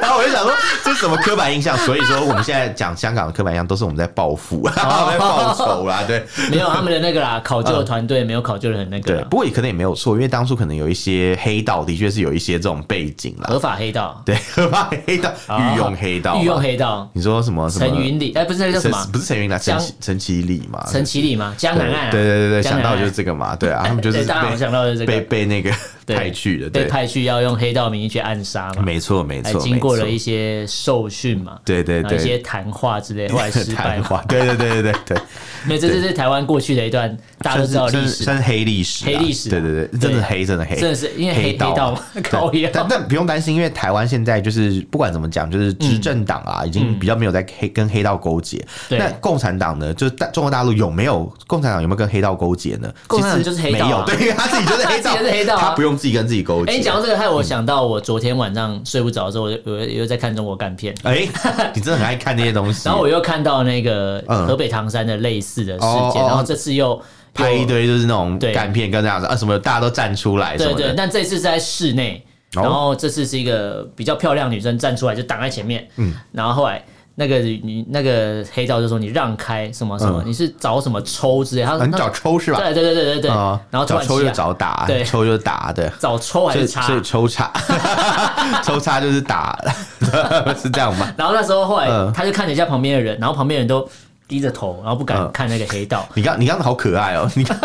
[SPEAKER 1] 然后我就想说这是什么刻板印象？所以说我们现在讲香港的刻板印象都是我们在报复， 我
[SPEAKER 2] 哦
[SPEAKER 1] 们在报仇啦，对。
[SPEAKER 2] 没有他们的那个啦，考究的团队没有考究的很那个
[SPEAKER 1] 对，
[SPEAKER 2] 啦，
[SPEAKER 1] 不过也可能也没有错，因为当初可能有一些黑道的确是有一些这种背景啦，
[SPEAKER 2] 合法黑道，
[SPEAKER 1] 对， 合法黑道、
[SPEAKER 2] 啊
[SPEAKER 1] 啊御用黑道、
[SPEAKER 2] 御用，黑道，
[SPEAKER 1] 你说什么什么？
[SPEAKER 2] 陈云里，哎，不是那叫
[SPEAKER 1] 陈
[SPEAKER 2] 什么？
[SPEAKER 1] 不是陈云啦，陈
[SPEAKER 2] 江
[SPEAKER 1] 其陈其礼嘛，
[SPEAKER 2] 陈其礼吗？江
[SPEAKER 1] 啊对
[SPEAKER 2] 南岸啊，
[SPEAKER 1] 对对对对，
[SPEAKER 2] 江
[SPEAKER 1] 想
[SPEAKER 2] 南岸
[SPEAKER 1] 到就是这个嘛，对啊，他们就是
[SPEAKER 2] 对大家好
[SPEAKER 1] 被
[SPEAKER 2] 像想到的这
[SPEAKER 1] 被
[SPEAKER 2] 个
[SPEAKER 1] 被那个
[SPEAKER 2] 对
[SPEAKER 1] 派去的，
[SPEAKER 2] 被
[SPEAKER 1] 对，
[SPEAKER 2] 派去要用黑道名义去暗杀嘛，
[SPEAKER 1] 没错没
[SPEAKER 2] 还
[SPEAKER 1] 错，
[SPEAKER 2] 经过
[SPEAKER 1] 没
[SPEAKER 2] 了
[SPEAKER 1] 错
[SPEAKER 2] 一些受训嘛，
[SPEAKER 1] 对对
[SPEAKER 2] 然后一
[SPEAKER 1] 对。
[SPEAKER 2] 些谈话之类，后来失败
[SPEAKER 1] 谈
[SPEAKER 2] 嘛，
[SPEAKER 1] 话，对对对对对对，
[SPEAKER 2] 没有，这这是台湾过去的一段大家都知道的
[SPEAKER 1] 算
[SPEAKER 2] 历
[SPEAKER 1] 是
[SPEAKER 2] 史，
[SPEAKER 1] 算是黑历史啊，
[SPEAKER 2] 黑历史啊
[SPEAKER 1] 对对对，真的
[SPEAKER 2] 对
[SPEAKER 1] 黑，真的黑，
[SPEAKER 2] 真的是因为黑
[SPEAKER 1] 黑道
[SPEAKER 2] 道嘛
[SPEAKER 1] 啊，
[SPEAKER 2] 高一
[SPEAKER 1] 但但不用担心，因为台湾现在就是不管怎么讲，就是执政党啊，已经比较没有在黑跟黑道勾结。
[SPEAKER 2] 嗯对
[SPEAKER 1] 那共产党呢？就是大中国大陆有没有共产党有没有跟黑道勾结呢？
[SPEAKER 2] 共产党
[SPEAKER 1] 其实
[SPEAKER 2] 就是黑道啊
[SPEAKER 1] 没有，对，因为他自己就是黑道，
[SPEAKER 2] 他自己就是黑道啊
[SPEAKER 1] 他不啊用自己跟自己勾结。
[SPEAKER 2] 哎，你讲到这个，害我想到我昨天晚上睡不着的时候，我就我又又在看中国干片，
[SPEAKER 1] 哎，你真的很爱看那些东西。
[SPEAKER 2] 然后我又看到那个
[SPEAKER 1] 嗯
[SPEAKER 2] 河北唐山的类似的事
[SPEAKER 1] 哦
[SPEAKER 2] 件，
[SPEAKER 1] 哦
[SPEAKER 2] 然后这次又
[SPEAKER 1] 拍一
[SPEAKER 2] 又
[SPEAKER 1] 堆就是那种
[SPEAKER 2] 对
[SPEAKER 1] 干片跟这样子啊，什么大家都站出来什
[SPEAKER 2] 对
[SPEAKER 1] 么
[SPEAKER 2] 对，
[SPEAKER 1] 的。
[SPEAKER 2] 但这次是在室内，
[SPEAKER 1] 哦
[SPEAKER 2] 然后这次是一个比较漂亮女生站出来就挡在前面，嗯，然后后来。那个你那个黑道就说你让开什么什么，
[SPEAKER 1] 嗯
[SPEAKER 2] 你是找什么抽之类，他
[SPEAKER 1] 啊
[SPEAKER 2] 说
[SPEAKER 1] 你找抽是吧？
[SPEAKER 2] 对对对对对对，
[SPEAKER 1] 啊，
[SPEAKER 2] 然后突
[SPEAKER 1] 找
[SPEAKER 2] 然
[SPEAKER 1] 抽
[SPEAKER 2] 起
[SPEAKER 1] 就
[SPEAKER 2] 来
[SPEAKER 1] 找打
[SPEAKER 2] 对，
[SPEAKER 1] 抽就打，对。
[SPEAKER 2] 找抽还
[SPEAKER 1] 所以
[SPEAKER 2] 是叉
[SPEAKER 1] 所，以抽插， 抽插就是打， 是这样吗？
[SPEAKER 2] 然后那时候后来
[SPEAKER 1] 嗯
[SPEAKER 2] 他就看了一下旁边的人，然后旁边人都低着头，然后不敢
[SPEAKER 1] 嗯
[SPEAKER 2] 看那个黑道，
[SPEAKER 1] 你刚你刚刚好可爱哦、你 看，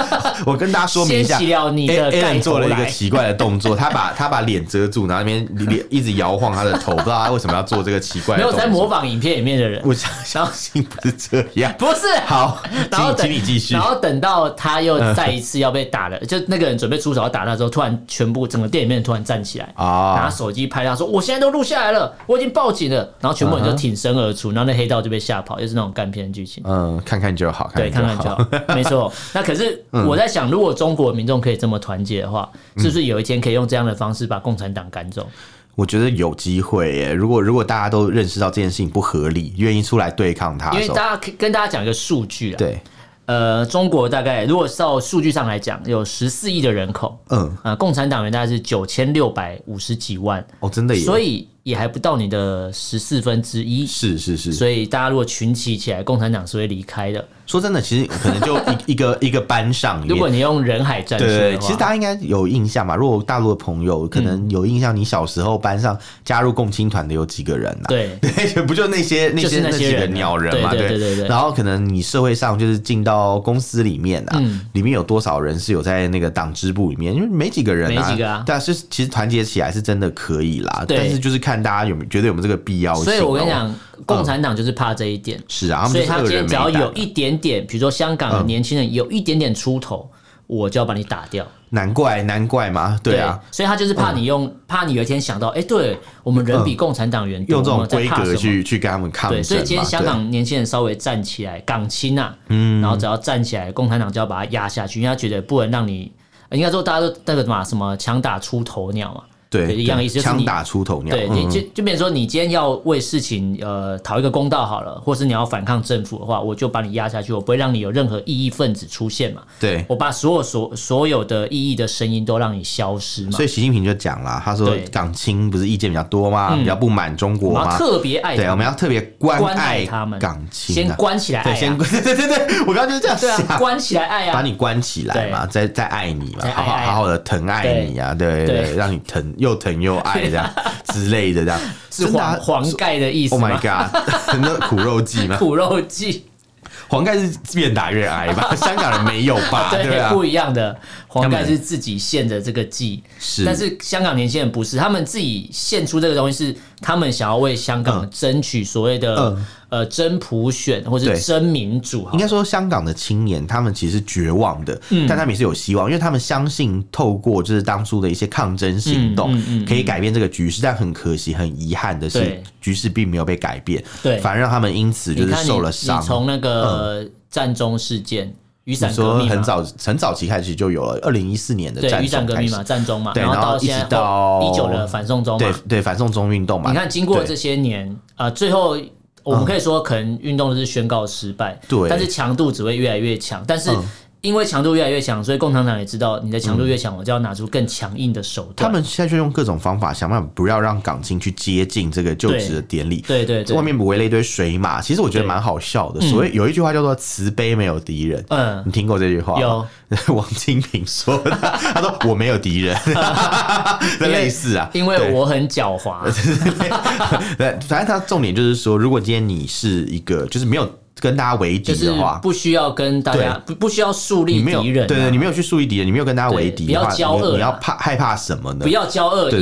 [SPEAKER 1] 我跟大家说明一
[SPEAKER 2] 掀
[SPEAKER 1] 下
[SPEAKER 2] 起了你
[SPEAKER 1] A
[SPEAKER 2] 的
[SPEAKER 1] a
[SPEAKER 2] 盖
[SPEAKER 1] n
[SPEAKER 2] 头
[SPEAKER 1] 做了一个
[SPEAKER 2] 来，
[SPEAKER 1] 奇怪的动作，他把他把脸遮住，然后那边脸一直摇晃他的头，不知道他为什么要做这个奇怪
[SPEAKER 2] 没
[SPEAKER 1] 的
[SPEAKER 2] 有
[SPEAKER 1] 动作。
[SPEAKER 2] 在模仿影片里面的人，
[SPEAKER 1] 我相相信不是这样。
[SPEAKER 2] 不是
[SPEAKER 1] 好，
[SPEAKER 2] 然后
[SPEAKER 1] 请
[SPEAKER 2] 等，
[SPEAKER 1] 请你继续
[SPEAKER 2] 然。后等到他又再一次要被打了， 就那个人准备出手要打他之后，突然全部整个店里面突然站起来，拿
[SPEAKER 1] 啊，
[SPEAKER 2] 手机拍他说：“我现在都录下来了，我已经报警了。”然后全部
[SPEAKER 1] 啊
[SPEAKER 2] 人就挺身而出，然后那黑道就被吓跑，又是那种干片剧情。
[SPEAKER 1] 嗯，看看就好，
[SPEAKER 2] 对，看看就
[SPEAKER 1] 好。嗯
[SPEAKER 2] 好， 没错。那可是我在想，如果中国民众可以这么团结的话，是不是有一天可以用这样的方式把共产党赶走？
[SPEAKER 1] 我觉得有机会耶，如果如果大家都嗯认识到这件事情不合理，愿意出来对抗他
[SPEAKER 2] 因
[SPEAKER 1] 的
[SPEAKER 2] 为
[SPEAKER 1] 时候，
[SPEAKER 2] 大家跟大家讲一个数据啊，
[SPEAKER 1] 对，
[SPEAKER 2] 呃，中国大概如果照数据上来讲，有十四亿的人口，
[SPEAKER 1] 嗯，
[SPEAKER 2] 呃，共产党员大概是九千六百五十几万，
[SPEAKER 1] 哦，真的耶，
[SPEAKER 2] 所
[SPEAKER 1] 以
[SPEAKER 2] 以也还不到你的十四分之一。
[SPEAKER 1] 是是是，
[SPEAKER 2] 所以大家如果群起起来，共产党是会离开的。
[SPEAKER 1] 说真的，其实可能就一 一个一个班上里
[SPEAKER 2] 如
[SPEAKER 1] 面
[SPEAKER 2] 果。你用人海战术
[SPEAKER 1] 对
[SPEAKER 2] 的话，
[SPEAKER 1] 对，对其实大家应该有印象吧？如果大陆的朋友可能
[SPEAKER 2] 嗯
[SPEAKER 1] 有印象，你小时候班上加入共青团的有几个人呐、啊？
[SPEAKER 2] 对
[SPEAKER 1] 对， 不就那些那
[SPEAKER 2] 就是
[SPEAKER 1] 些
[SPEAKER 2] 那些
[SPEAKER 1] 几个
[SPEAKER 2] 人啊
[SPEAKER 1] 鸟人嘛？
[SPEAKER 2] 对对对对对
[SPEAKER 1] 然后可能你社会上就是进到公司里面啊，
[SPEAKER 2] 嗯
[SPEAKER 1] 里面有多少人是有在那个党支部里面？因为没几个人啊，
[SPEAKER 2] 没几个啊
[SPEAKER 1] 但是其实团结起来是真的可以啦，
[SPEAKER 2] 对
[SPEAKER 1] 但是就是看大家有没有觉得有没有这个必要性、
[SPEAKER 2] 所以我跟你，讲，共产党就是怕这一点。
[SPEAKER 1] 是哦嗯啊，他们
[SPEAKER 2] 所
[SPEAKER 1] 就是恶
[SPEAKER 2] 以他今
[SPEAKER 1] 人没
[SPEAKER 2] 天只要
[SPEAKER 1] 胆
[SPEAKER 2] 有一点点，比如说香港的
[SPEAKER 1] 嗯
[SPEAKER 2] 年轻人有一点点出头，我就要把你打掉。
[SPEAKER 1] 难怪难怪嘛，对啊，，嗯
[SPEAKER 2] 所以他就是怕你用，怕你有一天想到，哎，对我们人比共产党员多，
[SPEAKER 1] 用这
[SPEAKER 2] 我
[SPEAKER 1] 种
[SPEAKER 2] 们在
[SPEAKER 1] 规
[SPEAKER 2] 怕什
[SPEAKER 1] 格
[SPEAKER 2] 么
[SPEAKER 1] 去去跟他们抗争
[SPEAKER 2] 对，
[SPEAKER 1] 嘛。
[SPEAKER 2] 所以今天香
[SPEAKER 1] 对嗯
[SPEAKER 2] 港年轻人稍微站起来，港青啊，然后只要站起来，共产党就要把它压下去，因为他觉得不能让你，呃应该说大家都那个什么什么枪打出头鸟嘛，
[SPEAKER 1] 对
[SPEAKER 2] 对一样意思就是
[SPEAKER 1] 枪
[SPEAKER 2] 你
[SPEAKER 1] 打出头鸟。
[SPEAKER 2] 对，你
[SPEAKER 1] 嗯
[SPEAKER 2] 就就变成说，你今天要为事情呃讨一个公道好了，或是你要反抗政府的话，我就把你压下去，我不会让你有任何异议分子出现嘛，
[SPEAKER 1] 对。
[SPEAKER 2] 我把所有所所有的异议的声音都让你消失嘛
[SPEAKER 1] 所，以习近平就讲了，他说
[SPEAKER 2] 对嗯
[SPEAKER 1] 港青不是意见比较多吗？比较不满中国
[SPEAKER 2] 我们
[SPEAKER 1] 吗
[SPEAKER 2] 要？特别爱
[SPEAKER 1] 对，我
[SPEAKER 2] 他
[SPEAKER 1] 们
[SPEAKER 2] 们，
[SPEAKER 1] 要特别关
[SPEAKER 2] 关
[SPEAKER 1] 爱
[SPEAKER 2] 爱他们
[SPEAKER 1] 港青
[SPEAKER 2] 先
[SPEAKER 1] 啊。
[SPEAKER 2] 关起来爱
[SPEAKER 1] 对，
[SPEAKER 2] 啊，
[SPEAKER 1] 先关， 对对对对，我刚刚就是这样
[SPEAKER 2] 对啊，
[SPEAKER 1] 想。
[SPEAKER 2] 关起来爱
[SPEAKER 1] 把
[SPEAKER 2] 啊，
[SPEAKER 1] 你关起来嘛，再再爱你嘛，
[SPEAKER 2] 再爱
[SPEAKER 1] 好好
[SPEAKER 2] 爱啊
[SPEAKER 1] 好好的疼爱你啊，对对对，
[SPEAKER 2] 对
[SPEAKER 1] 让你疼又疼又爱这样 之类的这样，
[SPEAKER 2] 是
[SPEAKER 1] 真的啊
[SPEAKER 2] 黄黄盖的意思
[SPEAKER 1] Oh my
[SPEAKER 2] 吗？
[SPEAKER 1] god，那苦肉计吗？
[SPEAKER 2] 苦肉计，
[SPEAKER 1] 黄盖是越打越矮吧？ 香港人没有吧？对
[SPEAKER 2] 对，
[SPEAKER 1] 啊，
[SPEAKER 2] 不一样的。黄
[SPEAKER 1] 他
[SPEAKER 2] 盖
[SPEAKER 1] 们
[SPEAKER 2] 是自己献的这个计，
[SPEAKER 1] 是，
[SPEAKER 2] 但是香港年轻人不是，他们自己献出这个东西是他们想要为香港争取所谓的、
[SPEAKER 1] 嗯
[SPEAKER 2] 呃真普选或
[SPEAKER 1] 对
[SPEAKER 2] 是真民主啊哈
[SPEAKER 1] 应。该说，香港的青年他们其实是绝望的，
[SPEAKER 2] 嗯
[SPEAKER 1] 但他们也是有希望，因为他们相信透过就是当初的一些抗争行动，
[SPEAKER 2] 嗯嗯嗯
[SPEAKER 1] 可以改变这个局势。但很可惜、很遗憾的是
[SPEAKER 2] 对，
[SPEAKER 1] 局势并没有被改变，
[SPEAKER 2] 对
[SPEAKER 1] 反而让他们因此就
[SPEAKER 2] 你
[SPEAKER 1] 是
[SPEAKER 2] 看你
[SPEAKER 1] 受了
[SPEAKER 2] 你
[SPEAKER 1] 伤。嗯
[SPEAKER 2] 从那个战中事件、雨
[SPEAKER 1] 你
[SPEAKER 2] 伞革
[SPEAKER 1] 说
[SPEAKER 2] 命
[SPEAKER 1] 很
[SPEAKER 2] 嘛，
[SPEAKER 1] 早很早期开始就有了，二零一四年的
[SPEAKER 2] 对
[SPEAKER 1] 战
[SPEAKER 2] 雨伞
[SPEAKER 1] 争
[SPEAKER 2] 革
[SPEAKER 1] 开
[SPEAKER 2] 命
[SPEAKER 1] 始
[SPEAKER 2] 嘛，，战中嘛，
[SPEAKER 1] 对然后
[SPEAKER 2] 到
[SPEAKER 1] 一直
[SPEAKER 2] 现在
[SPEAKER 1] 到
[SPEAKER 2] 一九的反送中
[SPEAKER 1] 对
[SPEAKER 2] 嘛，
[SPEAKER 1] 对反送中运动嘛。
[SPEAKER 2] 你看经过
[SPEAKER 1] 对嗯
[SPEAKER 2] 这些年啊、呃最后。我们可以说，可能运动是宣告失败，
[SPEAKER 1] 对
[SPEAKER 2] 但是强度只会越来越强。但是
[SPEAKER 1] 嗯
[SPEAKER 2] 因为强度越来越强，所以共产党也知道，你的强度越强，我就要拿出更强硬的手
[SPEAKER 1] 嗯他
[SPEAKER 2] 段。
[SPEAKER 1] 们现在就用各种方法想办法不要让港青去接近这个就职的典礼，
[SPEAKER 2] 对对嗯
[SPEAKER 1] 这外
[SPEAKER 2] 对，
[SPEAKER 1] 面围了一堆水马，其实我觉得蛮好笑的。所谓有一句话叫做“慈悲没有敌人”，
[SPEAKER 2] 嗯
[SPEAKER 1] 你听过这句话吗？ 王金平说 的，他说我没有敌人，这类似啊，
[SPEAKER 2] 因为
[SPEAKER 1] 对。
[SPEAKER 2] 我很狡猾，
[SPEAKER 1] 对，反正他重点就是说，如果今天你是一个就是没有跟大家为敌
[SPEAKER 2] 就是
[SPEAKER 1] 的话，
[SPEAKER 2] 不需要跟大家不不需要树立
[SPEAKER 1] 你没有
[SPEAKER 2] 敌人啊、
[SPEAKER 1] 对对，你没有去树立敌人，你没有跟大家为敌的话，
[SPEAKER 2] 对不要骄
[SPEAKER 1] 你
[SPEAKER 2] 恶啊
[SPEAKER 1] 你要怕害怕什么呢
[SPEAKER 2] 不？要交恶，
[SPEAKER 1] 对对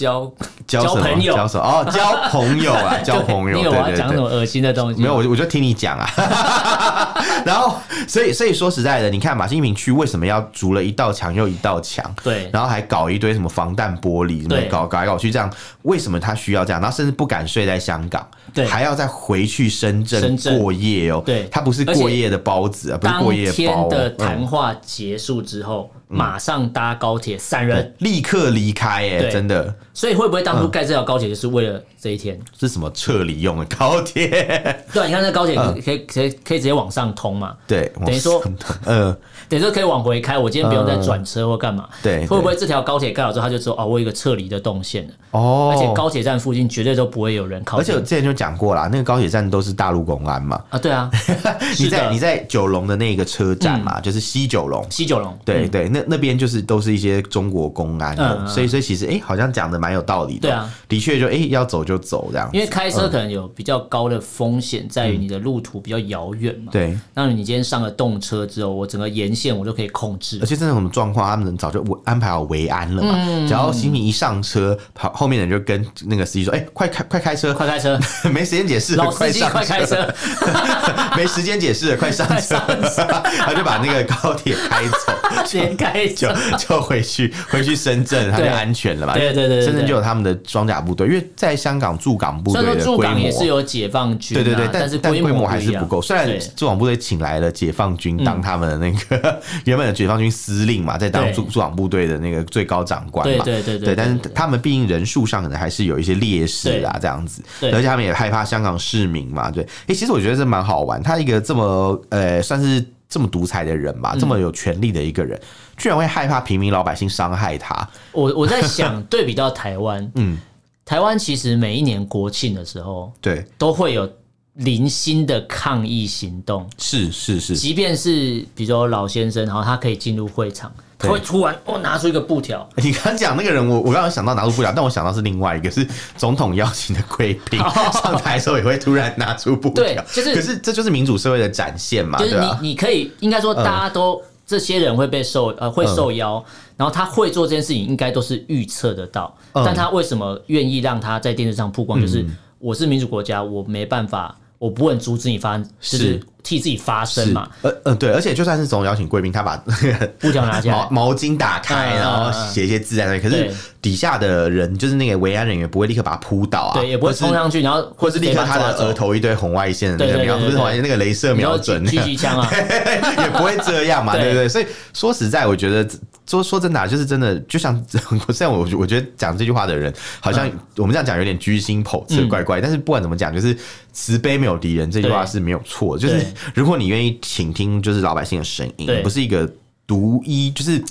[SPEAKER 2] 要交
[SPEAKER 1] 什么？
[SPEAKER 2] 朋友。
[SPEAKER 1] 交什么？ 哦，交朋友啊，交朋友。
[SPEAKER 2] 你
[SPEAKER 1] 对
[SPEAKER 2] 有我要
[SPEAKER 1] 对
[SPEAKER 2] 讲
[SPEAKER 1] 对
[SPEAKER 2] 什。么恶心的东西？
[SPEAKER 1] 没有，我就我就听你讲啊。 然后，所以所以说实在的，你看马新平区为什么要筑了一道墙又一道墙？
[SPEAKER 2] 对
[SPEAKER 1] 然后还搞一堆什么防弹玻璃，什么
[SPEAKER 2] 对
[SPEAKER 1] 搞搞来搞去这样，为什么他需要这样？然后甚至不敢睡在香港，
[SPEAKER 2] 对
[SPEAKER 1] 还要再回去深圳
[SPEAKER 2] 深圳
[SPEAKER 1] 过夜哦。
[SPEAKER 2] 对
[SPEAKER 1] 他不是过夜的包子啊，不是
[SPEAKER 2] 当
[SPEAKER 1] 过夜包
[SPEAKER 2] 天
[SPEAKER 1] 哦、
[SPEAKER 2] 的
[SPEAKER 1] 嗯
[SPEAKER 2] 谈话结束之后，马上搭高铁散人。
[SPEAKER 1] 立刻离开、哎，
[SPEAKER 2] 对
[SPEAKER 1] 真的
[SPEAKER 2] 所以会不会
[SPEAKER 1] 嗯
[SPEAKER 2] 当初盖这条高铁就是为了这一天？
[SPEAKER 1] 是什么撤离用的高 铁？
[SPEAKER 2] 对啊，你看那高铁
[SPEAKER 1] 嗯
[SPEAKER 2] 可以可以可以直接往上通嘛，
[SPEAKER 1] 对，
[SPEAKER 2] 等于说
[SPEAKER 1] 我，嗯，
[SPEAKER 2] 等于说可以往回开，我今天不用再转车或干嘛。
[SPEAKER 1] 对对
[SPEAKER 2] 会不会这条高铁盖好之后，他就说哦，我有一个撤离的动线了，
[SPEAKER 1] 哦，
[SPEAKER 2] 而且高铁站附近绝对都不会有人靠
[SPEAKER 1] 而且
[SPEAKER 2] 近
[SPEAKER 1] 我。之前就讲过啦，那个高铁站都是大陆公安嘛，
[SPEAKER 2] 啊，对啊，
[SPEAKER 1] 你
[SPEAKER 2] 是
[SPEAKER 1] 在
[SPEAKER 2] 的嗯
[SPEAKER 1] 你，在九龙的那个车站嘛，就是西九龙。
[SPEAKER 2] 西九龙。
[SPEAKER 1] 对对，那那边就是都是一些中国公安哦，
[SPEAKER 2] 嗯嗯嗯
[SPEAKER 1] 所以所以其实哎、诶好像讲的蛮有道理的哦。
[SPEAKER 2] 对啊嗯
[SPEAKER 1] 的确就哎、诶要走就走这样子。
[SPEAKER 2] 因为开车可能有比较高的风险，在于你的路途比较遥远嘛。，
[SPEAKER 1] 嗯对，
[SPEAKER 2] 那你今天上了动车之后，我整个沿线我就可以控制
[SPEAKER 1] 而。且这种状况，他们早就我安排好维安了嘛。
[SPEAKER 2] 嗯
[SPEAKER 1] 只要新民一上车，跑后面的人就跟那个司机说：“哎、快开快开车，
[SPEAKER 2] 快开车，
[SPEAKER 1] 没时间解释了，
[SPEAKER 2] 老司
[SPEAKER 1] 快
[SPEAKER 2] 机
[SPEAKER 1] 上
[SPEAKER 2] 快开车，
[SPEAKER 1] 没时间解释了，快上车。” 他就把那个高铁开 走，
[SPEAKER 2] 先开
[SPEAKER 1] 就
[SPEAKER 2] 车。
[SPEAKER 1] 就回去回去深圳，他就
[SPEAKER 2] 对
[SPEAKER 1] 安全了嘛。
[SPEAKER 2] 对对对对对
[SPEAKER 1] 深圳就有他们的装甲部队，因为在香港驻港部
[SPEAKER 2] 虽
[SPEAKER 1] 队
[SPEAKER 2] 然
[SPEAKER 1] 的
[SPEAKER 2] 说驻
[SPEAKER 1] 规
[SPEAKER 2] 港也
[SPEAKER 1] 模。啊
[SPEAKER 2] 是有解放军、啊，
[SPEAKER 1] 对对对，
[SPEAKER 2] 但
[SPEAKER 1] 但
[SPEAKER 2] 是
[SPEAKER 1] 但
[SPEAKER 2] 模
[SPEAKER 1] 模
[SPEAKER 2] 不
[SPEAKER 1] 还是
[SPEAKER 2] 一样
[SPEAKER 1] 不够。虽然
[SPEAKER 2] 对嗯
[SPEAKER 1] 驻港部队请来了解放军当他们的那个、 原本的解放军司令嘛，在当
[SPEAKER 2] 对
[SPEAKER 1] 驻驻港部队的那个最高长官
[SPEAKER 2] 对
[SPEAKER 1] 嘛，
[SPEAKER 2] 对对
[SPEAKER 1] 对，但是
[SPEAKER 2] 对
[SPEAKER 1] 他们毕竟人数上可能还是有一些劣势啊，这样子，
[SPEAKER 2] 对
[SPEAKER 1] 而且他们也害怕香港市民嘛，对，哎、其实我觉得这蛮好玩，他一个这么呃，算是。这么独裁的人
[SPEAKER 2] 嗯
[SPEAKER 1] 吧，这么有权力的一个人，居然会害怕平民老百姓伤害他。
[SPEAKER 2] 我我在想，对比到台湾，嗯，台湾其实每一年国庆的时候
[SPEAKER 1] 对，
[SPEAKER 2] 都会有零星的抗议行动，
[SPEAKER 1] 是是是，
[SPEAKER 2] 即便是比如说老先生，然后他可以进入会场，他会突然哦拿出一个布条，
[SPEAKER 1] 你刚讲那个人，我我刚刚想到拿出布条，但我想到是另外一个，是总统邀请的贵宾 上台的时候也会突然拿出布条，
[SPEAKER 2] 哦对就是
[SPEAKER 1] 可是这就是民主社会的展现嘛，
[SPEAKER 2] 就是
[SPEAKER 1] 啊对
[SPEAKER 2] 你
[SPEAKER 1] 吧？
[SPEAKER 2] 你可以应该说大家都。这些人会被受
[SPEAKER 1] 嗯
[SPEAKER 2] 呃会受邀，然后他会做这件事情，应该都是预测得到。
[SPEAKER 1] 嗯
[SPEAKER 2] 但他为什么愿意让他在电视上曝光？就是我是民主国家，我没办法，我不能阻止你发，就是
[SPEAKER 1] 是
[SPEAKER 2] 替自己发声嘛。
[SPEAKER 1] 是，呃呃，对，而且就算是总统邀请贵宾，他把
[SPEAKER 2] 布条拿下来
[SPEAKER 1] 毛毛巾打开，
[SPEAKER 2] 嗯
[SPEAKER 1] 然后
[SPEAKER 2] 嗯嗯
[SPEAKER 1] 写一些字在那里，可
[SPEAKER 2] 对
[SPEAKER 1] 是底下的人就是那个维安人员不会立刻把他扑倒啊，
[SPEAKER 2] 对，也不
[SPEAKER 1] 或
[SPEAKER 2] 会
[SPEAKER 1] 是
[SPEAKER 2] 冲上去，然后
[SPEAKER 1] 或是立刻他的额
[SPEAKER 2] 头
[SPEAKER 1] 头一堆红外线的那个
[SPEAKER 2] 对对对
[SPEAKER 1] 瞄，
[SPEAKER 2] 对
[SPEAKER 1] 不是红外线那个镭射瞄准，
[SPEAKER 2] 狙 击枪啊，
[SPEAKER 1] 也不会这样嘛，
[SPEAKER 2] 对
[SPEAKER 1] 对不对？所以说实在，我觉得说说真的、啊，就是真的，就像 虽然我我觉得讲这句话的人，好像我们这样讲有点居心叵测、
[SPEAKER 2] 嗯
[SPEAKER 1] 怪怪，但是不管怎么讲，就是慈悲没有敌人这句话
[SPEAKER 2] 对
[SPEAKER 1] 是没有错的。就是
[SPEAKER 2] 对
[SPEAKER 1] 如果你愿意倾听，就是老百姓的声音
[SPEAKER 2] 对，
[SPEAKER 1] 不是一个独一，就是。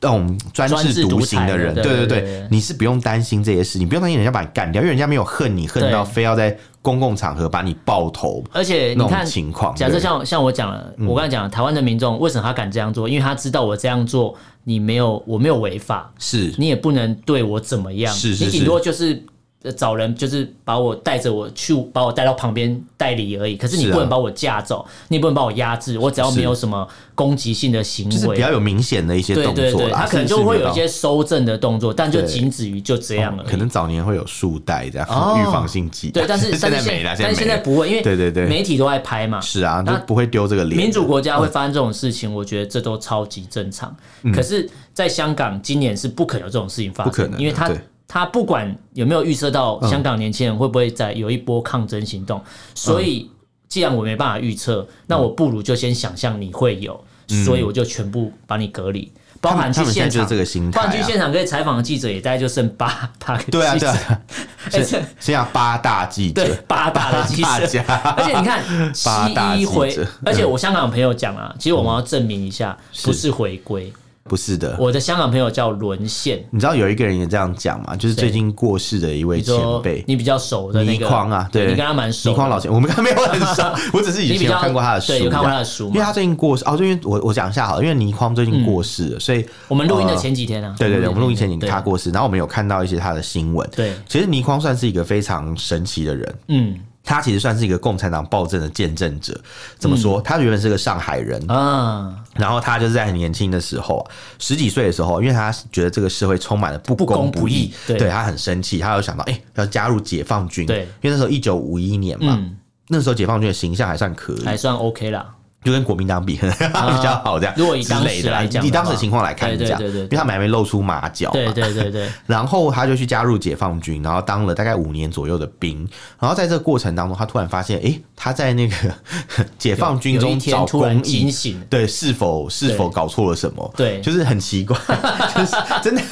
[SPEAKER 1] 那种专
[SPEAKER 2] 专制
[SPEAKER 1] 制独
[SPEAKER 2] 独
[SPEAKER 1] 行
[SPEAKER 2] 裁
[SPEAKER 1] 的
[SPEAKER 2] 的
[SPEAKER 1] 人，
[SPEAKER 2] 对
[SPEAKER 1] 对对对
[SPEAKER 2] 对对，
[SPEAKER 1] 你是不用担心这些事，你不用担心人家把你干掉，因为人家没有恨你，恨
[SPEAKER 2] 对
[SPEAKER 1] 到非要在公共场合把你爆头
[SPEAKER 2] 而且你
[SPEAKER 1] 那
[SPEAKER 2] 看
[SPEAKER 1] 种，情况。
[SPEAKER 2] 假设
[SPEAKER 1] 对嗯
[SPEAKER 2] 像像我讲了，我刚才讲了台湾的民众为什么他敢这样做，因为他知道我这样做，你没有我没有违法，
[SPEAKER 1] 是
[SPEAKER 2] 你也不能对我怎么样，
[SPEAKER 1] 是是
[SPEAKER 2] 你
[SPEAKER 1] 是
[SPEAKER 2] 顶多就是。呃找人就是把我带着我去，把我带到旁边代理而已。可是你
[SPEAKER 1] 是啊
[SPEAKER 2] 不能把我架走，你也不能把我压制。我只要
[SPEAKER 1] 是
[SPEAKER 2] 没有什么攻击性的行
[SPEAKER 1] 就是
[SPEAKER 2] 为，
[SPEAKER 1] 比较有明显的一些
[SPEAKER 2] 啊对
[SPEAKER 1] 动
[SPEAKER 2] 对
[SPEAKER 1] 作
[SPEAKER 2] 对，
[SPEAKER 1] 啦，
[SPEAKER 2] 他可能
[SPEAKER 1] 是
[SPEAKER 2] 就会有一。
[SPEAKER 1] 是
[SPEAKER 2] 些收正的动作，但就
[SPEAKER 1] 对
[SPEAKER 2] 仅止于就这样了。
[SPEAKER 1] 哦可能早年会有束带这样
[SPEAKER 2] 哦
[SPEAKER 1] 预防性剂，
[SPEAKER 2] 对，但是
[SPEAKER 1] 现
[SPEAKER 2] 但
[SPEAKER 1] 在
[SPEAKER 2] 是
[SPEAKER 1] 没了，
[SPEAKER 2] 但是现
[SPEAKER 1] 没
[SPEAKER 2] 在
[SPEAKER 1] 了。
[SPEAKER 2] 不会，因为
[SPEAKER 1] 对对对
[SPEAKER 2] 媒体都在拍嘛。
[SPEAKER 1] 是啊，就
[SPEAKER 2] 那
[SPEAKER 1] 不会丢这个脸。
[SPEAKER 2] 民主国家会发生这种事情，我觉得这都超级正常。可是，在香港今年是不可能有这种事情发
[SPEAKER 1] 嗯
[SPEAKER 2] 生，
[SPEAKER 1] 不可能的啊
[SPEAKER 2] 因为他
[SPEAKER 1] 对嗯
[SPEAKER 2] 他不管有没有预测到香港年轻人会不会在有一波抗争行动，所以既然我没办法预测，
[SPEAKER 1] 嗯
[SPEAKER 2] 那我不如就先想象你会有，所以我就全部把你隔离，包含去
[SPEAKER 1] 他们现在
[SPEAKER 2] 现
[SPEAKER 1] 就是
[SPEAKER 2] 场
[SPEAKER 1] 这。个心态
[SPEAKER 2] 包
[SPEAKER 1] 啊。
[SPEAKER 2] 含去现场可以采访的记者也大概就剩八八个记者，
[SPEAKER 1] 对啊对啊，
[SPEAKER 2] 哎这
[SPEAKER 1] 现在八大记
[SPEAKER 2] 对
[SPEAKER 1] 者，
[SPEAKER 2] 八大的记
[SPEAKER 1] 大
[SPEAKER 2] 者，
[SPEAKER 1] 家
[SPEAKER 2] 而且你看
[SPEAKER 1] 八大
[SPEAKER 2] 七
[SPEAKER 1] 记
[SPEAKER 2] 一
[SPEAKER 1] 者
[SPEAKER 2] 回
[SPEAKER 1] 嗯，
[SPEAKER 2] 而且我香港朋友讲啊，其实我们要证明一下，不是回归。
[SPEAKER 1] 不是的。
[SPEAKER 2] 我的香港朋友叫沦陷，
[SPEAKER 1] 你知道有一个人也这样讲嘛，就是最近过世的一位
[SPEAKER 2] 你
[SPEAKER 1] 前
[SPEAKER 2] 说
[SPEAKER 1] 辈。
[SPEAKER 2] 你比较熟的那
[SPEAKER 1] 倪
[SPEAKER 2] 个
[SPEAKER 1] 匡啊，对，
[SPEAKER 2] 你跟他蛮熟的。
[SPEAKER 1] 倪匡老前，我们刚没有很熟， 我只是以
[SPEAKER 2] 你比
[SPEAKER 1] 前有
[SPEAKER 2] 较
[SPEAKER 1] 看过他的书，
[SPEAKER 2] 对，有看过他的书
[SPEAKER 1] 因为
[SPEAKER 2] 嘛？嗯
[SPEAKER 1] 他最近过世哦，对，因为我我讲一下好了，因为倪匡最近过世了，所以
[SPEAKER 2] 我们录音的
[SPEAKER 1] 呃
[SPEAKER 2] 前几天啊，
[SPEAKER 1] 对对对，我们录音前你
[SPEAKER 2] 对
[SPEAKER 1] 他过世，然后我们有看到一些他的新闻。
[SPEAKER 2] 对，
[SPEAKER 1] 其实倪匡算是一个非常神奇的人，
[SPEAKER 2] 嗯
[SPEAKER 1] 他其实算是一个共产党暴政的见证者。怎么说？他原本是个上海人，
[SPEAKER 2] 嗯啊，
[SPEAKER 1] 然后他就是在很年轻的时候啊，十几岁的时候，因为他觉得这个社会充满了不公
[SPEAKER 2] 不公不义
[SPEAKER 1] 义，
[SPEAKER 2] 对
[SPEAKER 1] 他很生气，他有想到哎、要加入解放军，
[SPEAKER 2] 对
[SPEAKER 1] 因为那时候一九五一年嘛。
[SPEAKER 2] 嗯，
[SPEAKER 1] 那时候解放军的形象还算可以，
[SPEAKER 2] 还算 OK 啦。
[SPEAKER 1] 就跟国民党比 比较好这样。
[SPEAKER 2] 如果以
[SPEAKER 1] 之
[SPEAKER 2] 当
[SPEAKER 1] 类
[SPEAKER 2] 时
[SPEAKER 1] 的啦
[SPEAKER 2] 来讲的话，
[SPEAKER 1] 以当时的情况来看
[SPEAKER 2] 对
[SPEAKER 1] 是这样，
[SPEAKER 2] 对对对
[SPEAKER 1] 因为他们还没露出马脚嘛，
[SPEAKER 2] 对对对对，
[SPEAKER 1] 然后他就去加入解放军，然后当了大概五年左右的兵。然后在这个过程当中，他突然发现，诶，他在那个 解放 军
[SPEAKER 2] 有一
[SPEAKER 1] 中
[SPEAKER 2] 天
[SPEAKER 1] 找
[SPEAKER 2] 突然
[SPEAKER 1] 公
[SPEAKER 2] 惊
[SPEAKER 1] 益，
[SPEAKER 2] 醒，
[SPEAKER 1] 对，是否是否搞错了什么？
[SPEAKER 2] 对
[SPEAKER 1] 就是很奇 怪，就是真的。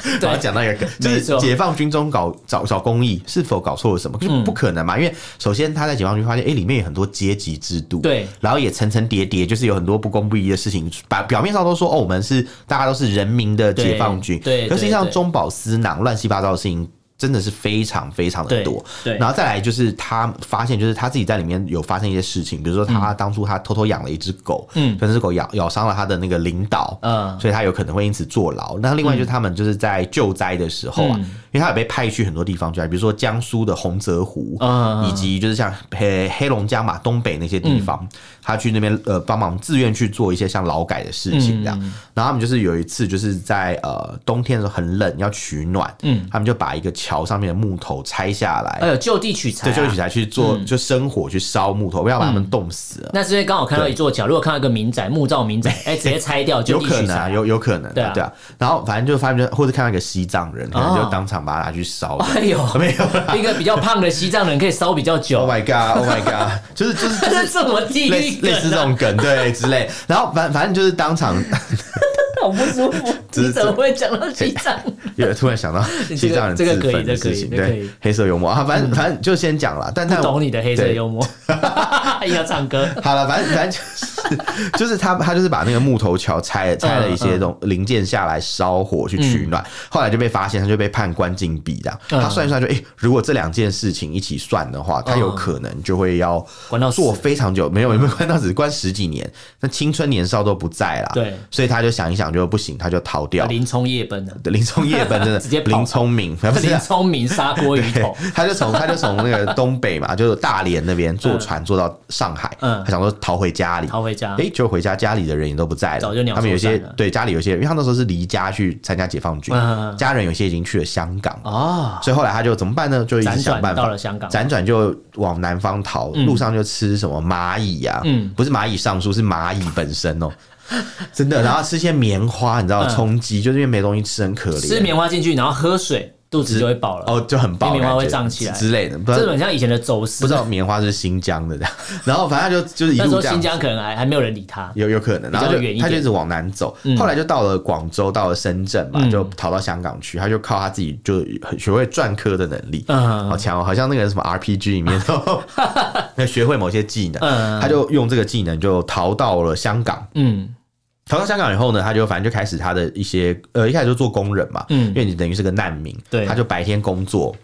[SPEAKER 2] 对
[SPEAKER 1] 然后讲到一个，就
[SPEAKER 2] 没
[SPEAKER 1] 是
[SPEAKER 2] 错嗯
[SPEAKER 1] 解放军中搞找找公益，是否搞错了什么？就是不可能嘛，因为首先他在解放军发现，诶，里面有很多阶级制度，
[SPEAKER 2] 对
[SPEAKER 1] 然后也层层叠叠，就是有很多不公不义的事情。把表面上都说哦，我们是大家都是人民的解放军，
[SPEAKER 2] 对对
[SPEAKER 1] 可实际
[SPEAKER 2] 对
[SPEAKER 1] 上
[SPEAKER 2] 对
[SPEAKER 1] 中饱私囊、乱七八糟的事情。真的是非常非常的多，
[SPEAKER 2] 对对
[SPEAKER 1] 然后再来就是他发现，就是他自己在里面有发生一些事情，比如说他当初他偷偷养了一只狗，
[SPEAKER 2] 嗯
[SPEAKER 1] 嗯，可能是狗咬咬伤了他的那个领导，
[SPEAKER 2] 嗯
[SPEAKER 1] 所以他有可能会因此坐牢。那另外就是他们就是在救灾的时候啊，
[SPEAKER 2] 嗯
[SPEAKER 1] 因为他有被派去很多地方救灾，比如说江苏的洪泽湖，
[SPEAKER 2] 嗯嗯
[SPEAKER 1] 以及就是像黑黑龙江嘛东北那些地方，他去那边呃帮忙自愿去做一些像劳改的事情这样。
[SPEAKER 2] 嗯
[SPEAKER 1] 然后他们就是有一次就是在呃冬天的时候很冷要取暖，
[SPEAKER 2] 嗯
[SPEAKER 1] 嗯，他们就把一个桥上面的木头拆下来，
[SPEAKER 2] 哎呦，就地取材
[SPEAKER 1] 对，
[SPEAKER 2] 啊，嗯
[SPEAKER 1] 就取材去做、就生火去烧木头，不要把他们冻死了。
[SPEAKER 2] 那是因为刚好看到一座桥，如果看到一个民宅，木造民宅， 哎、直接拆掉就
[SPEAKER 1] 有
[SPEAKER 2] 地
[SPEAKER 1] 可
[SPEAKER 2] 取
[SPEAKER 1] 能啊，
[SPEAKER 2] 材。
[SPEAKER 1] 有有可能啊，
[SPEAKER 2] 对啊
[SPEAKER 1] 然后反正就发现，或者看到一个西藏人，可能
[SPEAKER 2] 哦
[SPEAKER 1] 就当场把他拿去烧。
[SPEAKER 2] 哎呦，
[SPEAKER 1] 没啊有啦
[SPEAKER 2] 一个比较胖的西藏人可以烧比较
[SPEAKER 1] Oh
[SPEAKER 2] 久，
[SPEAKER 1] my god! Oh my god! 就是就是 就
[SPEAKER 2] 这
[SPEAKER 1] 是
[SPEAKER 2] 是什么地
[SPEAKER 1] 类
[SPEAKER 2] 狱啊
[SPEAKER 1] 似类似
[SPEAKER 2] 梗
[SPEAKER 1] 这
[SPEAKER 2] 啊？
[SPEAKER 1] 种梗，对之类。然后反反正就是当场，
[SPEAKER 2] 好不舒服。
[SPEAKER 1] 这
[SPEAKER 2] 你
[SPEAKER 1] 是
[SPEAKER 2] 怎么会讲到西藏？
[SPEAKER 1] 也突然想到西藏人自
[SPEAKER 2] 这个这个可以
[SPEAKER 1] 焚的
[SPEAKER 2] 这个可
[SPEAKER 1] 事
[SPEAKER 2] 以
[SPEAKER 1] 情，
[SPEAKER 2] 这个可以嗯
[SPEAKER 1] 对黑色幽默啊，反正反正就先讲了，但但
[SPEAKER 2] 不 懂你的黑色
[SPEAKER 1] 对
[SPEAKER 2] 幽默， 要唱歌。
[SPEAKER 1] 好了，反正反正就是 就是他他就是把那个木头桥拆了拆了一些这种零件下来烧火去取暖，后来就被发现，他就被判关禁闭这样。
[SPEAKER 2] 嗯
[SPEAKER 1] 他算一算就，诶，如果这两件事情一起算的话，他有可能就会要
[SPEAKER 2] 关到死
[SPEAKER 1] 做非常久，没
[SPEAKER 2] 嗯
[SPEAKER 1] 有有没有关到只关十几年，那青春年少都不在啦。
[SPEAKER 2] 对
[SPEAKER 1] 所以他就想一想就不行，他就逃掉。
[SPEAKER 2] 林冲夜奔呢？
[SPEAKER 1] 林冲夜奔真的
[SPEAKER 2] 直接跑
[SPEAKER 1] 林聪明， 不是啊
[SPEAKER 2] 林冲明砂锅鱼头，
[SPEAKER 1] 他就从他就从那个东北嘛，就是大连那边坐船坐到上海，
[SPEAKER 2] 嗯
[SPEAKER 1] 他想说逃回家里，
[SPEAKER 2] 逃回家
[SPEAKER 1] 哎、就回家家里的人也都不在了，
[SPEAKER 2] 啊早就鸟兽
[SPEAKER 1] 他们有些
[SPEAKER 2] 散了
[SPEAKER 1] 对家里有些，因为他那时候是离家去参加解放军，
[SPEAKER 2] 嗯嗯嗯
[SPEAKER 1] 家人有些已经去了香港。
[SPEAKER 2] 哦，
[SPEAKER 1] 所以后来他就怎么办呢？就一直
[SPEAKER 2] 辗
[SPEAKER 1] 想
[SPEAKER 2] 转
[SPEAKER 1] 办
[SPEAKER 2] 到
[SPEAKER 1] 法
[SPEAKER 2] 了，香港。
[SPEAKER 1] 辗转就往南方逃，路上就吃什么蚂蚁啊，
[SPEAKER 2] 嗯
[SPEAKER 1] 不是蚂蚁上树，是蚂蚁本身哦， 真的。然后吃些棉花，你知道
[SPEAKER 2] 嗯
[SPEAKER 1] 充饥，就是因为没东西吃，很可怜。
[SPEAKER 2] 吃棉花进去，然后喝水，肚子就会饱了。
[SPEAKER 1] 哦，就很爆，
[SPEAKER 2] 因为棉花
[SPEAKER 1] 感觉
[SPEAKER 2] 会胀起来
[SPEAKER 1] 之类的，不知道
[SPEAKER 2] 这很像以前的走私，
[SPEAKER 1] 不知道棉花是新疆的这样，然后反正他就就是一
[SPEAKER 2] 那时
[SPEAKER 1] 路
[SPEAKER 2] 候
[SPEAKER 1] 这样
[SPEAKER 2] 新，疆可能还还没有人理他。
[SPEAKER 1] 有有可能，然后就
[SPEAKER 2] 比较远一点
[SPEAKER 1] 他就一直往南走，后来就到了广州，到了深圳嘛，
[SPEAKER 2] 嗯
[SPEAKER 1] 就逃到香港去，他就靠他自己就很学会篆刻的能力，
[SPEAKER 2] 嗯
[SPEAKER 1] 好强哦，好像那个什么 RPG 里面都 要学会某些技能，
[SPEAKER 2] 嗯
[SPEAKER 1] 他就用这个技能就逃到了香港，
[SPEAKER 2] 嗯
[SPEAKER 1] 逃到香港以后呢，他就反正就开始他的一些呃，一开始就做工人嘛，
[SPEAKER 2] 嗯
[SPEAKER 1] 因为你等于是个难民，
[SPEAKER 2] 对
[SPEAKER 1] 他就白天工作，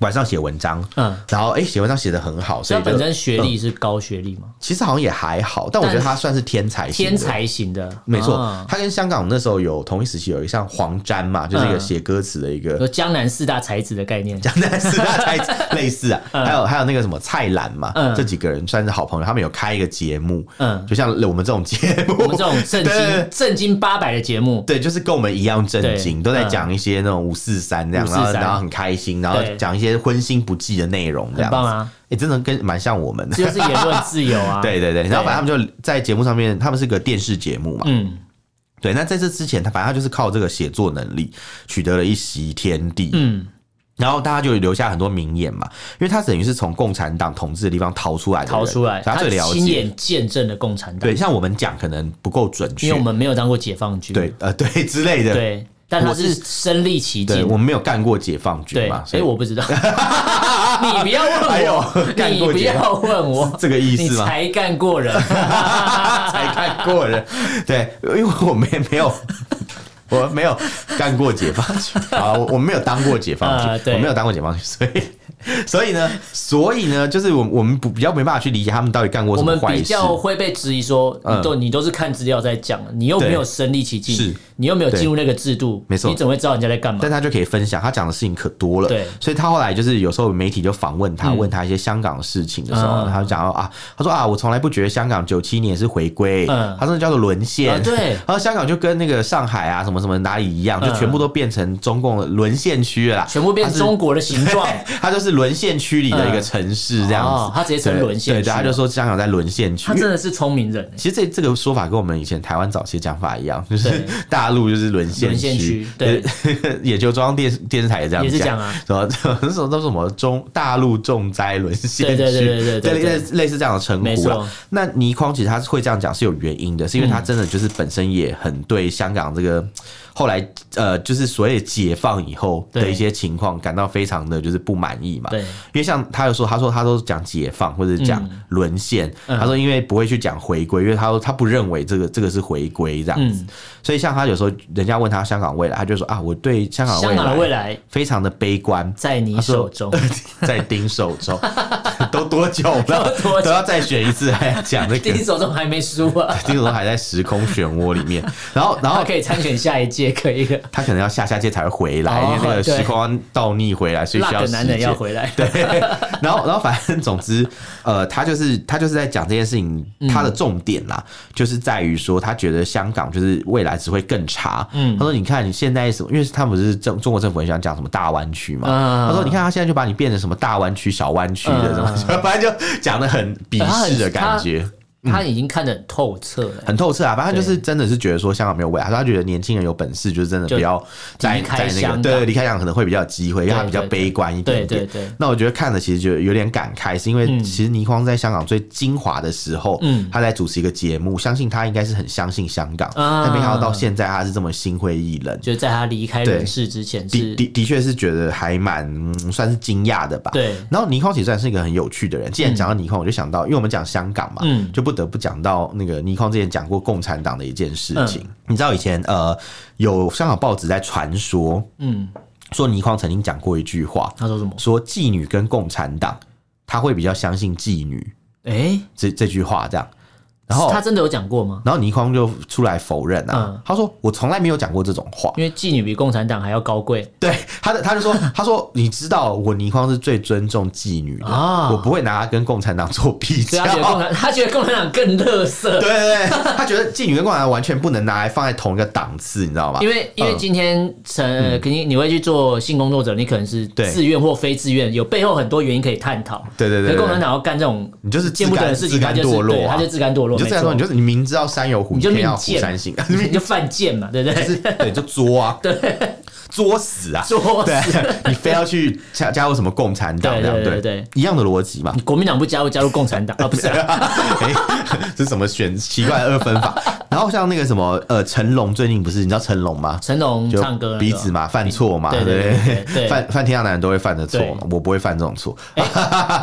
[SPEAKER 1] 晚上写文章，
[SPEAKER 2] 嗯，
[SPEAKER 1] 然后哎写、文章写的很好，所
[SPEAKER 2] 他
[SPEAKER 1] 以就嗯
[SPEAKER 2] 本身学历是高学历嘛，
[SPEAKER 1] 其实好像也还好，但我觉得他算是天才型的
[SPEAKER 2] 天。才型的，
[SPEAKER 1] 没错，
[SPEAKER 2] 啊嗯
[SPEAKER 1] 他跟香港那时候有同一时期有一个像黄沾嘛，就是一个写歌词的一个
[SPEAKER 2] 有江南四大才子的概念。
[SPEAKER 1] 江南四大才子 类似啊，还有还有那个什么蔡澜嘛
[SPEAKER 2] 嗯，
[SPEAKER 1] 这几个人算是好朋友，他们有开一个节目，
[SPEAKER 2] 嗯
[SPEAKER 1] 就像我们这种节
[SPEAKER 2] 我
[SPEAKER 1] 目
[SPEAKER 2] 们这，种正
[SPEAKER 1] 对
[SPEAKER 2] 经正经八百的节目，
[SPEAKER 1] 对，就是跟我们一样震惊，
[SPEAKER 2] 对
[SPEAKER 1] 都在讲一些那种五四三这样，然后
[SPEAKER 2] 543
[SPEAKER 1] 然后很开心，然后
[SPEAKER 2] 对
[SPEAKER 1] 讲一些荤腥不忌的内容，这
[SPEAKER 2] 很
[SPEAKER 1] 样
[SPEAKER 2] 棒
[SPEAKER 1] 子，
[SPEAKER 2] 啊，
[SPEAKER 1] 哎，真的跟蛮像我们的
[SPEAKER 2] 这，就是言论自由 啊。
[SPEAKER 1] 对对对，然后反正他们就在节目上面，他们是个电视节目嘛，
[SPEAKER 2] 嗯
[SPEAKER 1] 对，那在这之前，他反正他就是靠这个写作能力取得了一席天地，
[SPEAKER 2] 嗯，
[SPEAKER 1] 然后大家就留下很多名言嘛，因为他等于是从共产党统治的地方逃出来的人，
[SPEAKER 2] 逃出来，
[SPEAKER 1] 所以他最了
[SPEAKER 2] 亲
[SPEAKER 1] 解。
[SPEAKER 2] 眼见证了共产党
[SPEAKER 1] 对，，像我们讲可能不够准确，
[SPEAKER 2] 因为我们没有当过解放军，
[SPEAKER 1] 对呃对之类的，
[SPEAKER 2] 对，但他
[SPEAKER 1] 我是
[SPEAKER 2] 是身历其
[SPEAKER 1] 对
[SPEAKER 2] 境
[SPEAKER 1] 我，们没有干过解放
[SPEAKER 2] 对，
[SPEAKER 1] 军嘛，所
[SPEAKER 2] 哎，
[SPEAKER 1] 以
[SPEAKER 2] 我不 知道，你不要
[SPEAKER 1] 还
[SPEAKER 2] 问
[SPEAKER 1] 有
[SPEAKER 2] 我，
[SPEAKER 1] 干
[SPEAKER 2] 你
[SPEAKER 1] 过
[SPEAKER 2] 不
[SPEAKER 1] 解放
[SPEAKER 2] 要问我，
[SPEAKER 1] 这个意
[SPEAKER 2] 你
[SPEAKER 1] 思吗？
[SPEAKER 2] 才干过人，
[SPEAKER 1] 才干过人，对，因为我没没有。我没有干过解放 军啊，我我没有当过解放
[SPEAKER 2] 啊
[SPEAKER 1] 军，
[SPEAKER 2] 对
[SPEAKER 1] 我没有当过解放军，所以所以呢，所以呢，就是我我们不比较没办法去理解他们到底干过
[SPEAKER 2] 我
[SPEAKER 1] 什么
[SPEAKER 2] 们
[SPEAKER 1] 坏
[SPEAKER 2] 比
[SPEAKER 1] 事。
[SPEAKER 2] 较会被质疑说，
[SPEAKER 1] 嗯
[SPEAKER 2] 你都你都是看资料在讲，你又没有身历其
[SPEAKER 1] 是
[SPEAKER 2] 境，你又没有进入那个制度，
[SPEAKER 1] 没错
[SPEAKER 2] 你怎么会知道人家在干嘛
[SPEAKER 1] 但？他就可以分享，他讲的事情可多了。
[SPEAKER 2] 对
[SPEAKER 1] 所以他后来就是有时候媒体就访问他，问他一些香港的事情的时候，
[SPEAKER 2] 嗯
[SPEAKER 1] 他就讲到啊，他说啊，我从来不觉得香港九七年是回归，
[SPEAKER 2] 嗯
[SPEAKER 1] 他说那叫做沦陷。
[SPEAKER 2] 啊对
[SPEAKER 1] 然后香港就跟那个上海啊什么什么哪里一样，就
[SPEAKER 2] 嗯
[SPEAKER 1] 全部都变成中共的沦陷区了啦，
[SPEAKER 2] 全部变
[SPEAKER 1] 他是
[SPEAKER 2] 中国的形状，
[SPEAKER 1] 它就是沦陷区里的一个城市 这样子，
[SPEAKER 2] 嗯哦它直接称
[SPEAKER 1] 对
[SPEAKER 2] 沦陷
[SPEAKER 1] 对，对
[SPEAKER 2] 区
[SPEAKER 1] 他就说香港在沦陷区
[SPEAKER 2] 他。真的是聪明人欸。
[SPEAKER 1] 其实这这个说法跟我们以前台湾早期的讲法一样，就是
[SPEAKER 2] 对
[SPEAKER 1] 大陆就是沦陷
[SPEAKER 2] 沦陷
[SPEAKER 1] 区
[SPEAKER 2] 区，对
[SPEAKER 1] 呃，也就中央电视电视台也这样
[SPEAKER 2] 也是
[SPEAKER 1] 讲
[SPEAKER 2] 讲啊，
[SPEAKER 1] 什么那时候都是什么中大陆重灾沦陷区，
[SPEAKER 2] 对对对对对对
[SPEAKER 1] 类类似这样的称
[SPEAKER 2] 没
[SPEAKER 1] 呼啦
[SPEAKER 2] 错。嗯
[SPEAKER 1] 那倪匡其实他会这样讲是有原因的，是因为他真的就是本身也很对香港这个后来呃就是所谓解放以后的
[SPEAKER 2] 对
[SPEAKER 1] 一些情况感到非常的就是不满意嘛，
[SPEAKER 2] 对
[SPEAKER 1] 因为像他有说，他说他都讲解放或者讲
[SPEAKER 2] 嗯
[SPEAKER 1] 沦陷，他说因为不会去讲回归，因为他说他不认为这个这个是回归这
[SPEAKER 2] 嗯
[SPEAKER 1] 样子，所以像他有时候人家问他香港未来，他就说啊，我对香港
[SPEAKER 2] 香港的未
[SPEAKER 1] 未来
[SPEAKER 2] 来
[SPEAKER 1] 非常的悲 观，
[SPEAKER 2] 在你
[SPEAKER 1] 他说
[SPEAKER 2] 手中，
[SPEAKER 1] 在丁手中 都多久了，
[SPEAKER 2] 都多久
[SPEAKER 1] 都要再选一次，还要讲 这
[SPEAKER 2] 第一
[SPEAKER 1] 个。
[SPEAKER 2] 手中还没输啊，
[SPEAKER 1] 丁手中还在时空漩涡里面，然后 然
[SPEAKER 2] 他
[SPEAKER 1] 后
[SPEAKER 2] 可以参选下一届，可 以了。
[SPEAKER 1] 他可能要下下届才会回来，
[SPEAKER 2] 哦
[SPEAKER 1] 因为那个
[SPEAKER 2] 对
[SPEAKER 1] 时空倒逆回来，所以
[SPEAKER 2] 辣
[SPEAKER 1] 需要
[SPEAKER 2] 的男人
[SPEAKER 1] 时间
[SPEAKER 2] 要 回来，
[SPEAKER 1] 对，然后然后反正总之，呃，他就是他就是在讲这件事情，他的重点啦，就是在于说他觉得香港就是未来只会更差。嗯，他说你看你现在什么，因为他们不是政中国政府很喜欢讲什么大湾区嘛，
[SPEAKER 2] 嗯
[SPEAKER 1] 他说你看他现在就 把你变成什么大湾区、小湾区的什么，反正就讲的很鄙视的感觉。
[SPEAKER 2] 他已经看得很透彻了、
[SPEAKER 1] 嗯很透彻啊，反正就是真的是觉得说香港没有未来，他说他觉得年轻人有本事，就是真的
[SPEAKER 2] 就
[SPEAKER 1] 不要在
[SPEAKER 2] 离开
[SPEAKER 1] 在那
[SPEAKER 2] 香
[SPEAKER 1] 个
[SPEAKER 2] 港
[SPEAKER 1] 对离开香港可能会比较有机会，因为他
[SPEAKER 2] 对
[SPEAKER 1] 比较
[SPEAKER 2] 对
[SPEAKER 1] 悲观一点点。
[SPEAKER 2] 对对对
[SPEAKER 1] 那我觉得看了其实就有点感慨，是因为其实倪匡在香港最精华的时候，
[SPEAKER 2] 嗯
[SPEAKER 1] 他在主持一个节目，相信他应该是很相信香港，
[SPEAKER 2] 啊
[SPEAKER 1] 但没想到到现在他是这么心灰意冷。
[SPEAKER 2] 就是在他离开人世之前
[SPEAKER 1] 的
[SPEAKER 2] 是，
[SPEAKER 1] 的的确是觉得还蛮、嗯算是惊讶的吧。
[SPEAKER 2] 对
[SPEAKER 1] 然后倪匡其实算是一个很有趣的人。既然讲到倪匡，我就想到，因为我们讲香港嘛，
[SPEAKER 2] 嗯
[SPEAKER 1] 就不得不讲到那个倪匡之前讲过共产党的一件事情。
[SPEAKER 2] 嗯
[SPEAKER 1] 你知道以前呃有香港报纸在传说，
[SPEAKER 2] 嗯，
[SPEAKER 1] 说倪匡曾经讲过一句话，
[SPEAKER 2] 他说什么？
[SPEAKER 1] 说妓女跟共产党，他会比较相信妓女
[SPEAKER 2] 哎、
[SPEAKER 1] 这这句话这样。然后
[SPEAKER 2] 他真的有讲过吗？
[SPEAKER 1] 然后倪匡就出来否认啊，
[SPEAKER 2] 嗯
[SPEAKER 1] 他说我从来没有讲过这种话。
[SPEAKER 2] 因为妓女比共产党还要高贵
[SPEAKER 1] 对，他的他就说，他说你知道我倪匡是最尊重妓女的，
[SPEAKER 2] 啊
[SPEAKER 1] 我不会拿他跟共产党做比
[SPEAKER 2] 所以
[SPEAKER 1] 较
[SPEAKER 2] 他觉。得共产，他觉得共产党更乐色
[SPEAKER 1] 对。对对，他觉得妓女跟共产党完全不能拿来放在同一个档次，你知道吗？
[SPEAKER 2] 因为因为
[SPEAKER 1] 嗯
[SPEAKER 2] 今天成、呃肯定你会去做性工作者，你可能是
[SPEAKER 1] 对
[SPEAKER 2] 自愿或非自愿，有背后很多原因可以探讨。
[SPEAKER 1] 对对对对
[SPEAKER 2] 可是共产党要干这种
[SPEAKER 1] 你就是自
[SPEAKER 2] 见不得
[SPEAKER 1] 甘
[SPEAKER 2] 人的事
[SPEAKER 1] 自
[SPEAKER 2] 情，他
[SPEAKER 1] 甘
[SPEAKER 2] 就是
[SPEAKER 1] 堕
[SPEAKER 2] 对
[SPEAKER 1] 落啊，
[SPEAKER 2] 他就自甘堕落，
[SPEAKER 1] 你就这样
[SPEAKER 2] 没错
[SPEAKER 1] 说，你就是你明知道山有虎，
[SPEAKER 2] 你就
[SPEAKER 1] 偏
[SPEAKER 2] 命
[SPEAKER 1] 要虎
[SPEAKER 2] 贱
[SPEAKER 1] 山行，
[SPEAKER 2] 你就犯贱嘛，对不
[SPEAKER 1] 就
[SPEAKER 2] 对？
[SPEAKER 1] 是对，就作 啊，对，作死啊，
[SPEAKER 2] 作死
[SPEAKER 1] 对，你非要去加加入什么共产党
[SPEAKER 2] 对
[SPEAKER 1] 这样，
[SPEAKER 2] 对对对
[SPEAKER 1] 一样的逻 辑嘛。
[SPEAKER 2] 国民党不加入，加入共产党 啊？不是啊，
[SPEAKER 1] 哎，这是什么选奇怪的二分 法？然后像那个什么呃，成龙最近不是你知道成龙吗？
[SPEAKER 2] 成龙
[SPEAKER 1] 就
[SPEAKER 2] 唱歌那个
[SPEAKER 1] 鼻子嘛，犯错嘛，
[SPEAKER 2] 对对
[SPEAKER 1] 对
[SPEAKER 2] 对对对 对
[SPEAKER 1] 犯犯天下男人都会犯的错嘛，我不会犯这种错。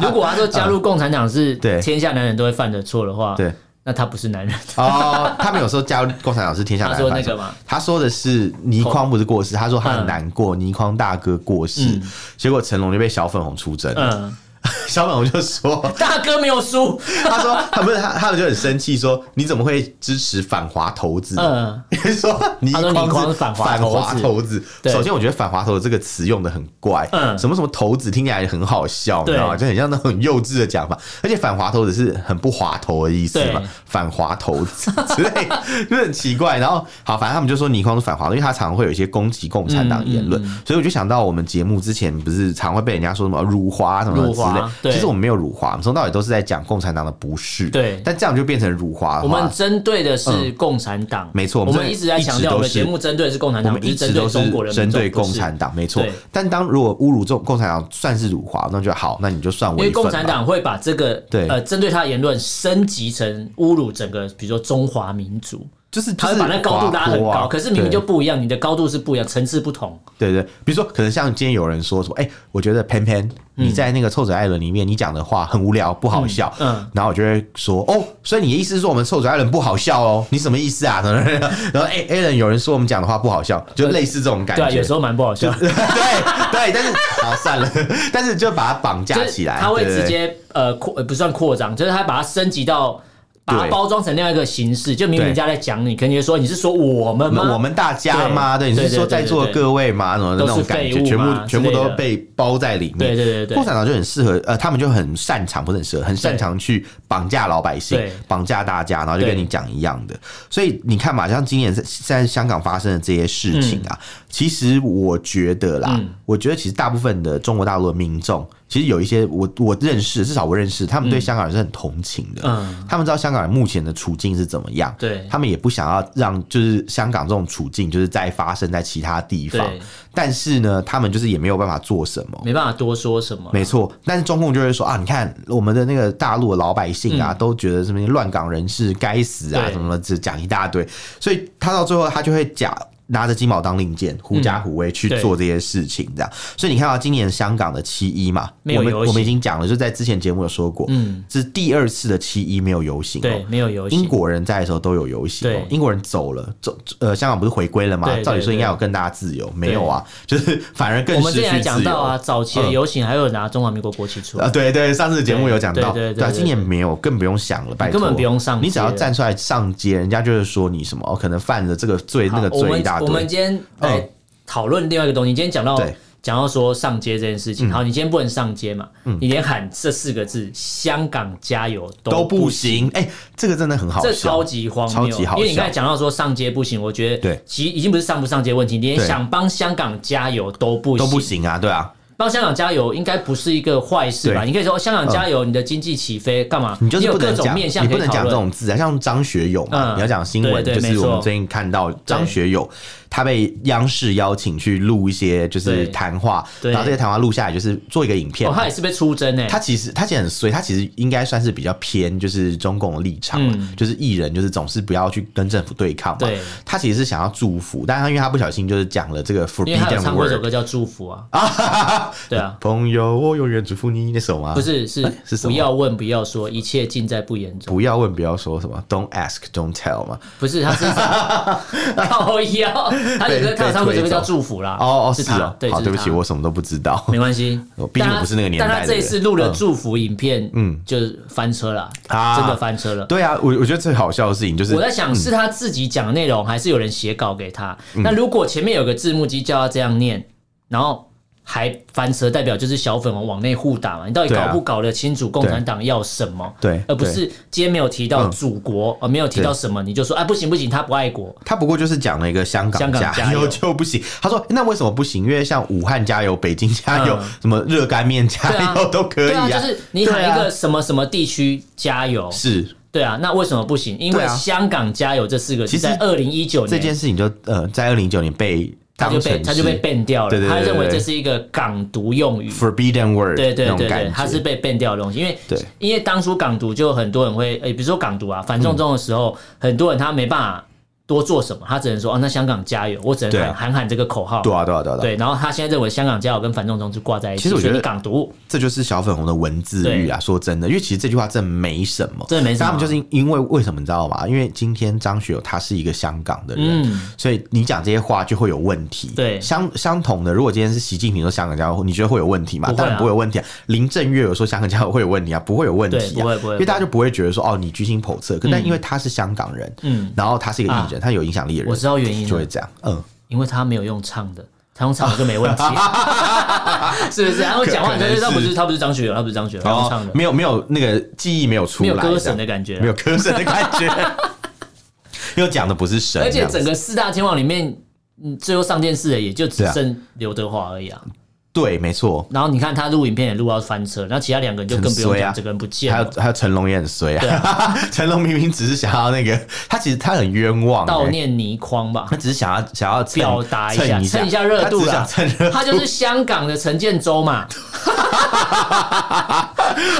[SPEAKER 2] 如果他说加 入共产党是
[SPEAKER 1] 啊对
[SPEAKER 2] 天下男人都会犯的错的话，
[SPEAKER 1] 对，
[SPEAKER 2] 那他不是男人。
[SPEAKER 1] 哦，他们有时候加入共产党是天下男人犯
[SPEAKER 2] 他说那
[SPEAKER 1] 错
[SPEAKER 2] 个嘛。
[SPEAKER 1] 他说的是倪匡不是过世，他说他很
[SPEAKER 2] 嗯
[SPEAKER 1] 难过，倪匡大哥过世，结果成龙就被小粉红出征了。
[SPEAKER 2] 嗯，
[SPEAKER 1] 小粉红就说
[SPEAKER 2] 大哥没有输，：“
[SPEAKER 1] 他说他不是他，他们就很生气，说你怎么会支持反华投资？
[SPEAKER 2] 嗯，
[SPEAKER 1] 你说倪
[SPEAKER 2] 他说倪
[SPEAKER 1] 匡
[SPEAKER 2] 匡
[SPEAKER 1] 是
[SPEAKER 2] 是
[SPEAKER 1] 反
[SPEAKER 2] 反华头子
[SPEAKER 1] 头子。
[SPEAKER 2] 对
[SPEAKER 1] 首先，我觉得“反华头”子这个词用的很怪，
[SPEAKER 2] 嗯
[SPEAKER 1] 什么什么头子听起来很好笑，你知道吗？
[SPEAKER 2] 对
[SPEAKER 1] 就很像那种很幼稚的讲法。而且“反华头子”是很不滑头的意思嘛
[SPEAKER 2] 对，
[SPEAKER 1] 反华头子之类，就很奇怪。然后，好，反正他们就说倪匡是反华头，因为他常会有一些攻击共产党的
[SPEAKER 2] 嗯
[SPEAKER 1] 言论，所以我就想到我们节目之前不是常会被人家说什么呃辱华什么
[SPEAKER 2] 辱
[SPEAKER 1] 之
[SPEAKER 2] 华
[SPEAKER 1] 类，
[SPEAKER 2] 对
[SPEAKER 1] 其实我们没有辱华，我们从头到尾都是在讲共产党的不是，
[SPEAKER 2] 对
[SPEAKER 1] 但这样就变成辱华的
[SPEAKER 2] 我
[SPEAKER 1] 话。
[SPEAKER 2] 们针对的是共产党，
[SPEAKER 1] 嗯没错我
[SPEAKER 2] 我
[SPEAKER 1] 们
[SPEAKER 2] 们一直在强调
[SPEAKER 1] 一直都是
[SPEAKER 2] 我们的节目针对的是共产
[SPEAKER 1] 我
[SPEAKER 2] 党，
[SPEAKER 1] 们
[SPEAKER 2] 不
[SPEAKER 1] 一
[SPEAKER 2] 是
[SPEAKER 1] 直
[SPEAKER 2] 针对
[SPEAKER 1] 都是
[SPEAKER 2] 中国人民
[SPEAKER 1] 针
[SPEAKER 2] 众
[SPEAKER 1] 对
[SPEAKER 2] 不
[SPEAKER 1] 共
[SPEAKER 2] 是
[SPEAKER 1] 产党，没错
[SPEAKER 2] 对。
[SPEAKER 1] 但当如果侮辱中共产党算是辱华，那就好，那你就算
[SPEAKER 2] 因
[SPEAKER 1] 我
[SPEAKER 2] 为
[SPEAKER 1] 一份吧
[SPEAKER 2] 共产党会把这个
[SPEAKER 1] 啊对
[SPEAKER 2] 呃针对他的言论升级成侮辱整个，比如说中华民族，
[SPEAKER 1] 就是
[SPEAKER 2] 他会把那个高度拉很高，可是明明就
[SPEAKER 1] 对
[SPEAKER 2] 不一样，你的高度是不一样，层次不同。
[SPEAKER 1] 对对，比如说可能像今天有人说什么，哎，我觉得潘
[SPEAKER 2] 嗯
[SPEAKER 1] 潘你在那个臭嘴艾伦里面你讲的话很无聊，不好笑，
[SPEAKER 2] 嗯嗯
[SPEAKER 1] 然后我就会说，哦，所以你的意思是说我们臭嘴艾伦不好笑哦？你什么意思啊？ 然后哎，艾伦有人说我们讲的话不好笑，就类似这种感
[SPEAKER 2] 对啊，
[SPEAKER 1] 觉
[SPEAKER 2] 有时。候蛮不好笑，
[SPEAKER 1] 对对，但是好算了，但是就把它绑架
[SPEAKER 2] 就是
[SPEAKER 1] 起来，
[SPEAKER 2] 他会
[SPEAKER 1] 对对
[SPEAKER 2] 直
[SPEAKER 1] 对
[SPEAKER 2] 接呃扩呃不算扩张，就是他把它升级到。把它
[SPEAKER 1] 对
[SPEAKER 2] 包装成另外一个形式，就明明
[SPEAKER 1] 对
[SPEAKER 2] 人家在讲你，可能就说你是说我们吗？
[SPEAKER 1] 我们大家吗？对，
[SPEAKER 2] 对
[SPEAKER 1] 你是
[SPEAKER 2] 对对
[SPEAKER 1] 说在座的
[SPEAKER 2] 对对对
[SPEAKER 1] 各位吗？什么的那
[SPEAKER 2] 都
[SPEAKER 1] 种
[SPEAKER 2] 是
[SPEAKER 1] 感
[SPEAKER 2] 废
[SPEAKER 1] 觉，
[SPEAKER 2] 物
[SPEAKER 1] 全部
[SPEAKER 2] 嘛
[SPEAKER 1] 全部
[SPEAKER 2] 之类
[SPEAKER 1] 都
[SPEAKER 2] 的
[SPEAKER 1] 被包在里面。
[SPEAKER 2] 对对对对
[SPEAKER 1] 共产党就很适合，呃，他们就很擅长，不是很适合，很擅长去绑架老百姓
[SPEAKER 2] 对，
[SPEAKER 1] 绑架大家，然后就跟
[SPEAKER 2] 对
[SPEAKER 1] 你讲一样的。所以你看嘛，像今年在在香港发生的这些事情啊，
[SPEAKER 2] 嗯
[SPEAKER 1] 其实我觉得啦，我觉得其实大部分的中国大陆的民众。其实有一些我我认识，至少我认识，他们对香港人是很同情的。
[SPEAKER 2] 嗯
[SPEAKER 1] 他们知道香港人目前的处境是怎么样，
[SPEAKER 2] 对
[SPEAKER 1] 他们也不想要让就是香港这种处境就是再发生在其他地方
[SPEAKER 2] 对，
[SPEAKER 1] 但是呢，他们就是也没有办法做什么。
[SPEAKER 2] 没办法多说什么。
[SPEAKER 1] 没错，但是中共就会说啊，你看我们的那个大陆的老百姓啊，都觉得什么乱港人士该死啊，
[SPEAKER 2] 嗯对
[SPEAKER 1] 什么只讲一大堆，所以他到最后他就会假拿着金毛当令
[SPEAKER 2] 嗯
[SPEAKER 1] 箭，狐假虎威去
[SPEAKER 2] 对
[SPEAKER 1] 做这些事情，这样。所以你看到今年香港的七一嘛，
[SPEAKER 2] 没有
[SPEAKER 1] 我们
[SPEAKER 2] 游行
[SPEAKER 1] 我们已经讲了，就在之前节目有说过，嗯，这是第二次的七一没有游行、哦，
[SPEAKER 2] 对，没有游戏。
[SPEAKER 1] 英国人在的时候都有游行、哦
[SPEAKER 2] 对，
[SPEAKER 1] 英国人走了，走呃，香港不是回归了吗
[SPEAKER 2] 对？对
[SPEAKER 1] 照理说应该有更大的自由，没有啊，就是反而更
[SPEAKER 2] 我们
[SPEAKER 1] 失
[SPEAKER 2] 之前
[SPEAKER 1] 去
[SPEAKER 2] 还讲
[SPEAKER 1] 自
[SPEAKER 2] 到
[SPEAKER 1] 由。嗯
[SPEAKER 2] 啊，早期的游行还有拿中华民国国旗出来，
[SPEAKER 1] 啊，对对，上次节目有讲到，
[SPEAKER 2] 对对对对
[SPEAKER 1] 啊
[SPEAKER 2] 对
[SPEAKER 1] 今年没有，更不用想了，拜托，
[SPEAKER 2] 根本不用上街
[SPEAKER 1] 你只要站出来上街，人家就是说你什么哦，可能犯了这个罪那个
[SPEAKER 2] 好我
[SPEAKER 1] 罪一
[SPEAKER 2] 们
[SPEAKER 1] 大
[SPEAKER 2] 我们
[SPEAKER 1] 堆，
[SPEAKER 2] 今天来讨论另外一个东西。今天讲到
[SPEAKER 1] 对嗯
[SPEAKER 2] 讲到说上街这件事情，好，你今天不能上街嘛？你连喊这四个字“香港加油”
[SPEAKER 1] 都不
[SPEAKER 2] 不，
[SPEAKER 1] 行。哎，这个真的很好
[SPEAKER 2] 这
[SPEAKER 1] 笑
[SPEAKER 2] 超，级荒
[SPEAKER 1] 超
[SPEAKER 2] 谬。
[SPEAKER 1] 级好
[SPEAKER 2] 因为你
[SPEAKER 1] 笑
[SPEAKER 2] 刚才讲到说上街不行，我觉得
[SPEAKER 1] 对
[SPEAKER 2] 其实已经不是上不上街问题，你连
[SPEAKER 1] 对
[SPEAKER 2] 想帮香港加油都不
[SPEAKER 1] 都不行啊，对啊，
[SPEAKER 2] 帮香港加油应该不是一个坏事吧？
[SPEAKER 1] 对嗯
[SPEAKER 2] 你可以说香港加油，你的经济起飞干嘛？
[SPEAKER 1] 你就是
[SPEAKER 2] 有
[SPEAKER 1] 不
[SPEAKER 2] 各
[SPEAKER 1] 能
[SPEAKER 2] 种
[SPEAKER 1] 讲，
[SPEAKER 2] 面向
[SPEAKER 1] 你不
[SPEAKER 2] 可以
[SPEAKER 1] 能
[SPEAKER 2] 讨
[SPEAKER 1] 讲这
[SPEAKER 2] 论。
[SPEAKER 1] 种字啊，像张学友嘛，
[SPEAKER 2] 嗯
[SPEAKER 1] 你要讲新闻，
[SPEAKER 2] 对对
[SPEAKER 1] 就是我
[SPEAKER 2] 没
[SPEAKER 1] 们
[SPEAKER 2] 错
[SPEAKER 1] 最近看到张学友他被央视邀请去录一些就是
[SPEAKER 2] 对
[SPEAKER 1] 谈话，
[SPEAKER 2] 对
[SPEAKER 1] 然后这些谈话录下来就是做一个影片
[SPEAKER 2] 哦，
[SPEAKER 1] 嘛，
[SPEAKER 2] 他也是被出征哎、
[SPEAKER 1] 啊他其实他其实很衰，他其实应该算是比较偏就是中共的立场了，
[SPEAKER 2] 嗯
[SPEAKER 1] 就是艺人就是总是不要去跟政府对抗嘛
[SPEAKER 2] 对。
[SPEAKER 1] 他其实是想要祝福，但他因为他不小心就是讲了这个
[SPEAKER 2] 因为他有
[SPEAKER 1] forbidden
[SPEAKER 2] 唱过一首
[SPEAKER 1] word
[SPEAKER 2] 歌叫《祝福》啊，
[SPEAKER 1] 啊，
[SPEAKER 2] 对啊，
[SPEAKER 1] 朋友，我永远祝福你那首吗？
[SPEAKER 2] 不是是
[SPEAKER 1] 啊哎是什么
[SPEAKER 2] 不要问不要说，一切尽在不言中。
[SPEAKER 1] 不要问，不要说什么，Don't ask, don't tell 嘛。
[SPEAKER 2] 不是，他是 靠腰，他有
[SPEAKER 1] 被
[SPEAKER 2] 个他有唱过一首歌
[SPEAKER 1] 被推
[SPEAKER 2] 叫《
[SPEAKER 1] 走
[SPEAKER 2] 祝福》啦。
[SPEAKER 1] 哦哦，是
[SPEAKER 2] 他
[SPEAKER 1] 哦，
[SPEAKER 2] 对，
[SPEAKER 1] 好，
[SPEAKER 2] 是
[SPEAKER 1] 对不起，
[SPEAKER 2] 他
[SPEAKER 1] 我什么都不知道。
[SPEAKER 2] 没关系
[SPEAKER 1] 我，毕竟
[SPEAKER 2] 但
[SPEAKER 1] 我不是那个年代的
[SPEAKER 2] 但他这一次
[SPEAKER 1] 人
[SPEAKER 2] 录了
[SPEAKER 1] 嗯
[SPEAKER 2] 祝福影片，嗯，就是翻车了，
[SPEAKER 1] 啊
[SPEAKER 2] 真的翻车了。
[SPEAKER 1] 对啊，我我觉得最好笑的事情就是
[SPEAKER 2] 我，在想，是他自己讲的内容，还是有人写稿给他？
[SPEAKER 1] 嗯
[SPEAKER 2] 那如果前面有个字幕机叫他这样念，然后还翻车，代表就是小粉红往内互打嘛？你到底
[SPEAKER 1] 对啊
[SPEAKER 2] 搞不搞得清楚共产党要什么？
[SPEAKER 1] 对
[SPEAKER 2] 而不
[SPEAKER 1] 对
[SPEAKER 2] 是今天没有提到
[SPEAKER 1] 嗯
[SPEAKER 2] 祖国，呃，没有提到什么，你就说啊，不行不行，他不爱国。
[SPEAKER 1] 他不过就是讲了一个香港
[SPEAKER 2] 香港加油
[SPEAKER 1] 油就不行。他说那为什么不行？因为像武汉加油、北京加油、
[SPEAKER 2] 嗯
[SPEAKER 1] 什么热干面加
[SPEAKER 2] 对啊
[SPEAKER 1] 油都可以
[SPEAKER 2] 对啊，就是你喊一
[SPEAKER 1] 对
[SPEAKER 2] 个
[SPEAKER 1] 啊
[SPEAKER 2] 什么什么地区加油，
[SPEAKER 1] 是
[SPEAKER 2] 对啊，那为什么不行？因为
[SPEAKER 1] 对啊
[SPEAKER 2] 香港加油这四个字
[SPEAKER 1] 其实
[SPEAKER 2] 在二零一九年
[SPEAKER 1] 这件事情就呃，在二零一九年被
[SPEAKER 2] 他
[SPEAKER 1] 当
[SPEAKER 2] 就
[SPEAKER 1] 成
[SPEAKER 2] 被
[SPEAKER 1] 是
[SPEAKER 2] 他就被 ban 掉
[SPEAKER 1] 对
[SPEAKER 2] 了，
[SPEAKER 1] 对对
[SPEAKER 2] 他
[SPEAKER 1] 对
[SPEAKER 2] 认为
[SPEAKER 1] 对
[SPEAKER 2] 这是一个港独用语。
[SPEAKER 1] forbidden word
[SPEAKER 2] 对对
[SPEAKER 1] 那
[SPEAKER 2] 对
[SPEAKER 1] 种感
[SPEAKER 2] 对，
[SPEAKER 1] 觉，
[SPEAKER 2] 它是被 ban 掉的东西，因为
[SPEAKER 1] 对
[SPEAKER 2] 因为当初港独就很多人会，诶，比如说港独啊，反送中的时候，
[SPEAKER 1] 嗯
[SPEAKER 2] 很多人他没办法多做什么，他只能说哦，那香港加油，我只能
[SPEAKER 1] 对啊
[SPEAKER 2] 喊喊喊这个口号。
[SPEAKER 1] 对啊对啊对啊对啊，
[SPEAKER 2] 对，然后他现在认为香港加油跟反送中是挂在一起，
[SPEAKER 1] 其实我觉得
[SPEAKER 2] 所以你港独
[SPEAKER 1] 这就是小粉红的文字狱啊！说真的，因为其实这句话真的没什么，
[SPEAKER 2] 真的没什么啊
[SPEAKER 1] 但他们就是因为为什么你知道吗？因为今天张学友他是一个香港的人，
[SPEAKER 2] 嗯
[SPEAKER 1] 所以你讲这些话就会有问题。
[SPEAKER 2] 对
[SPEAKER 1] 相相同的，如果今天是习近平说香港加油，你觉得会有问题吗？
[SPEAKER 2] 不会啊
[SPEAKER 1] 当然不会有问题啊。林郑月娥说香港加油会有问题啊？不会有问题啊，
[SPEAKER 2] 对不会不会
[SPEAKER 1] 因为大家就不会觉得说哦，你居心叵测。可但因为他是香港人，
[SPEAKER 2] 嗯，
[SPEAKER 1] 然后他是一个艺人，他有影响力的人，
[SPEAKER 2] 我知道原因了
[SPEAKER 1] 就会这样，嗯。
[SPEAKER 2] 因为他没有用唱的，他用唱的就 没问题， 是不是？然后讲话你就知道
[SPEAKER 1] 可
[SPEAKER 2] 不
[SPEAKER 1] 能是
[SPEAKER 2] 是他不是张学友，他不是张学友，他用唱的，
[SPEAKER 1] 没有没有那个记忆没有出
[SPEAKER 2] 没
[SPEAKER 1] 来，
[SPEAKER 2] 有歌神的感觉啊，
[SPEAKER 1] 没有歌声的感觉， 又讲的不是神，
[SPEAKER 2] 而
[SPEAKER 1] 这
[SPEAKER 2] 且
[SPEAKER 1] 样子
[SPEAKER 2] 整个四大天王里面，嗯，最后上电视的也就只
[SPEAKER 1] 对啊
[SPEAKER 2] 剩刘德华而已啊。
[SPEAKER 1] 对，没错，
[SPEAKER 2] 然后你看他录影片也录到翻车，然后其他两个人就更不用
[SPEAKER 1] 很衰
[SPEAKER 2] 讲，
[SPEAKER 1] 啊
[SPEAKER 2] 这个人不见
[SPEAKER 1] 还
[SPEAKER 2] 了
[SPEAKER 1] 有。还有成龙也很衰啊， 成龙明明只是想要那个，他其实他很冤枉、
[SPEAKER 2] 悼
[SPEAKER 1] 欸。
[SPEAKER 2] 念倪匡吧
[SPEAKER 1] 他，只是想要想要蹭
[SPEAKER 2] 表达一下，
[SPEAKER 1] 蹭一
[SPEAKER 2] 蹭一下热度
[SPEAKER 1] 他
[SPEAKER 2] 啦
[SPEAKER 1] 只想蹭。热 度。
[SPEAKER 2] 他就是香港的陈建 州嘛，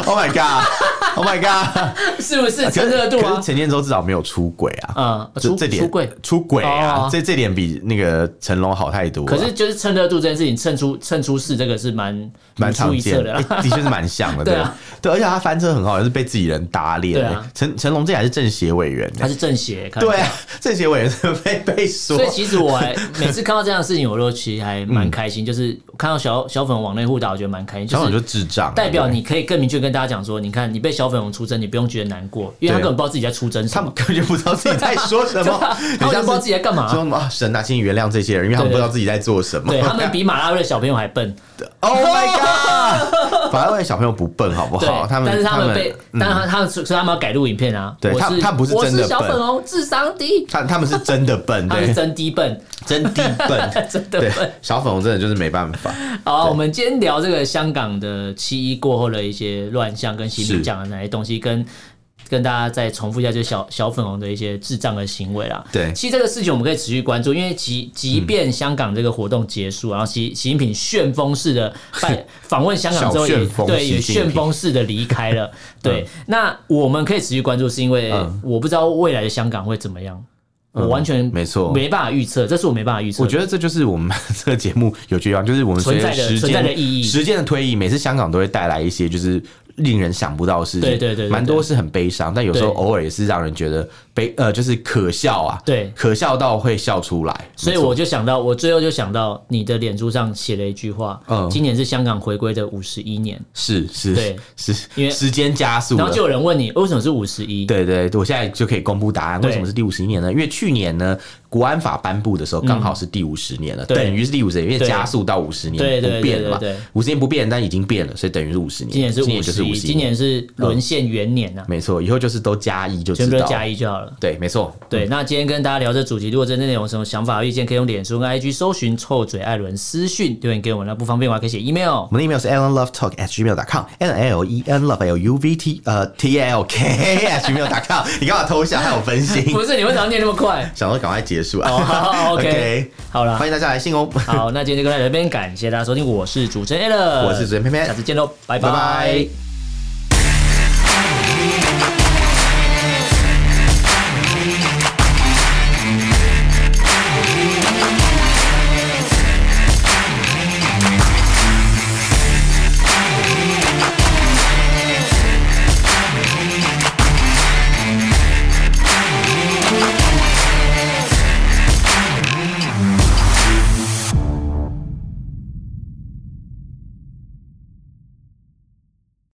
[SPEAKER 1] Oh my god，Oh my god，
[SPEAKER 2] 是不是
[SPEAKER 1] 可
[SPEAKER 2] 蹭
[SPEAKER 1] 是
[SPEAKER 2] 热度
[SPEAKER 1] 可
[SPEAKER 2] 啊
[SPEAKER 1] 是？陈建州至少没有出轨啊，
[SPEAKER 2] 嗯，
[SPEAKER 1] 这
[SPEAKER 2] 出
[SPEAKER 1] 这点
[SPEAKER 2] 出柜。
[SPEAKER 1] 出轨
[SPEAKER 2] 哦
[SPEAKER 1] 啊，这这点比那个成龙好太多了。
[SPEAKER 2] 可是就是蹭热度这件事情，蹭出蹭出事，这个是蛮
[SPEAKER 1] 蛮
[SPEAKER 2] 出
[SPEAKER 1] 常
[SPEAKER 2] 一
[SPEAKER 1] 见
[SPEAKER 2] 辙
[SPEAKER 1] 的，
[SPEAKER 2] 的
[SPEAKER 1] 欸
[SPEAKER 2] 啦。
[SPEAKER 1] 的确是蛮像的，
[SPEAKER 2] 对
[SPEAKER 1] 对
[SPEAKER 2] 啊
[SPEAKER 1] 对，而且他翻车很好，也是被自己人打脸
[SPEAKER 2] 对
[SPEAKER 1] 欸
[SPEAKER 2] 啊。
[SPEAKER 1] 成成龙这还是政协委员欸，
[SPEAKER 2] 他是正邪，看
[SPEAKER 1] 对啊，啊这些我也是 被被说
[SPEAKER 2] 所。以其实我 还每次看到这样的事情，我都其实还蛮开心，就是看到小小粉往内互打，我觉得蛮开心，
[SPEAKER 1] 嗯小
[SPEAKER 2] 就
[SPEAKER 1] 粉
[SPEAKER 2] 是
[SPEAKER 1] 就智障啊，
[SPEAKER 2] 代表
[SPEAKER 1] 对
[SPEAKER 2] 你可以更明确跟大家讲说，你看你被小粉红出征，你不用觉得难过，因为他
[SPEAKER 1] 对啊
[SPEAKER 2] 根本不知道自己在出征什
[SPEAKER 1] 他
[SPEAKER 2] 么
[SPEAKER 1] 们，根本就不知道自己在说什么，很
[SPEAKER 2] 啊 他们
[SPEAKER 1] 像
[SPEAKER 2] 也不知道
[SPEAKER 1] 是
[SPEAKER 2] 自己在干嘛
[SPEAKER 1] 说。什么啊神啊，请你原谅这些人，因为他们
[SPEAKER 2] 对对
[SPEAKER 1] 不知道自己在做什么。
[SPEAKER 2] 对他们比马拉瑞的小朋友还笨，
[SPEAKER 1] Oh my god！反而小朋友不笨好不
[SPEAKER 2] 对
[SPEAKER 1] 好？，他们
[SPEAKER 2] 但是他
[SPEAKER 1] 他
[SPEAKER 2] 们被，但他他们所以他们要改录影片啊。
[SPEAKER 1] 对
[SPEAKER 2] 我
[SPEAKER 1] 他他不是
[SPEAKER 2] 我
[SPEAKER 1] 真的
[SPEAKER 2] 是小
[SPEAKER 1] 笨
[SPEAKER 2] 粉红，智商低，
[SPEAKER 1] 他他们是真的笨，
[SPEAKER 2] 他们是
[SPEAKER 1] 对，
[SPEAKER 2] 真低笨，
[SPEAKER 1] 真 的笨，
[SPEAKER 2] 真的
[SPEAKER 1] 对
[SPEAKER 2] 笨。，
[SPEAKER 1] 小粉红真的就是没办 法。
[SPEAKER 2] 好，
[SPEAKER 1] 对
[SPEAKER 2] 我们今天聊这个香港的七一过后的一些乱象，跟习近平
[SPEAKER 1] 是
[SPEAKER 2] 讲的哪些东西，跟跟大家再重复一下，就是小小粉红的一些智障的行为啦。
[SPEAKER 1] 对
[SPEAKER 2] 其实这个事情我们可以持续关注，因为即即便香港这个活动结
[SPEAKER 1] 嗯
[SPEAKER 2] 束，然后习习近平旋风式的拜访问香港之后
[SPEAKER 1] 小
[SPEAKER 2] 也，
[SPEAKER 1] 旋风
[SPEAKER 2] 对
[SPEAKER 1] 习
[SPEAKER 2] 也
[SPEAKER 1] 近平
[SPEAKER 2] 旋风式的离开了。对，那我们可以持续关注，是因为
[SPEAKER 1] 嗯
[SPEAKER 2] 我不知道未来的香港会怎么样。我完全
[SPEAKER 1] 没错
[SPEAKER 2] 没办法预测，这是我没办法预测的。
[SPEAKER 1] 我觉得这就是我们这个节目有趣地方，就是我们随着
[SPEAKER 2] 存在的
[SPEAKER 1] 时间
[SPEAKER 2] 存在的意义
[SPEAKER 1] 时间的推移，每次香港都会带来一些就是令人想不到的事情，
[SPEAKER 2] 对对对对对
[SPEAKER 1] 蛮多是很悲伤，但有时候
[SPEAKER 2] 对
[SPEAKER 1] 偶尔也是让人觉得悲呃，就是可笑啊，
[SPEAKER 2] 对
[SPEAKER 1] 可笑到会笑出来，
[SPEAKER 2] 所以
[SPEAKER 1] 没错
[SPEAKER 2] 我就想到，我最后就想到你的脸书上写了一句话，
[SPEAKER 1] 嗯
[SPEAKER 2] 今年是香港回归的五十一年，
[SPEAKER 1] 是
[SPEAKER 2] 对
[SPEAKER 1] 是是，
[SPEAKER 2] 因为
[SPEAKER 1] 时间加速
[SPEAKER 2] 然后
[SPEAKER 1] 了
[SPEAKER 2] 就。有人问你为什么是五十一？
[SPEAKER 1] 对对，我现在就可以公布答案。
[SPEAKER 2] 对
[SPEAKER 1] 为什么是第五十一年呢？因为去年呢，国安法颁布的时候，刚好是第五十年了，
[SPEAKER 2] 对
[SPEAKER 1] 等于是第五十年，因为
[SPEAKER 2] 对
[SPEAKER 1] 加速到五十
[SPEAKER 2] 对
[SPEAKER 1] 年
[SPEAKER 2] 对对
[SPEAKER 1] 不变了嘛
[SPEAKER 2] 对对对，
[SPEAKER 1] 五十年不变，但已经变了，所以等于是五十年。
[SPEAKER 2] 今年是五
[SPEAKER 1] 就是
[SPEAKER 2] 十一，
[SPEAKER 1] 51
[SPEAKER 2] 今年是沦陷元年呐、啊，
[SPEAKER 1] 没错，以后就是都加一就知
[SPEAKER 2] 全部
[SPEAKER 1] 道
[SPEAKER 2] 都
[SPEAKER 1] 了，
[SPEAKER 2] 加一就好了。
[SPEAKER 1] 对，没错，
[SPEAKER 2] 对，那今天跟大家聊这主题，如果针对内容有什么想法和意见，可以用脸书跟 IG 搜寻“臭嘴艾伦”私讯留言给我们。那不方便的话，可以写 email
[SPEAKER 1] 我。们的 email 是 alanlovetalk at gmail.com，a n l e n love l u v t 呃 t l k at gmail.com。你干嘛偷笑？还有分心，
[SPEAKER 2] 不是，你为什么要念那么 快？
[SPEAKER 1] 想说赶快结束
[SPEAKER 2] 哦好
[SPEAKER 1] 啊。
[SPEAKER 2] 好 OK 好啦
[SPEAKER 1] 欢迎大家来信哦。
[SPEAKER 2] 好，那今天就跟大家聊到这边，感谢大家收听，我是主持人 a l
[SPEAKER 1] 我是主持人偏偏
[SPEAKER 2] 下次见喽，拜
[SPEAKER 1] 拜拜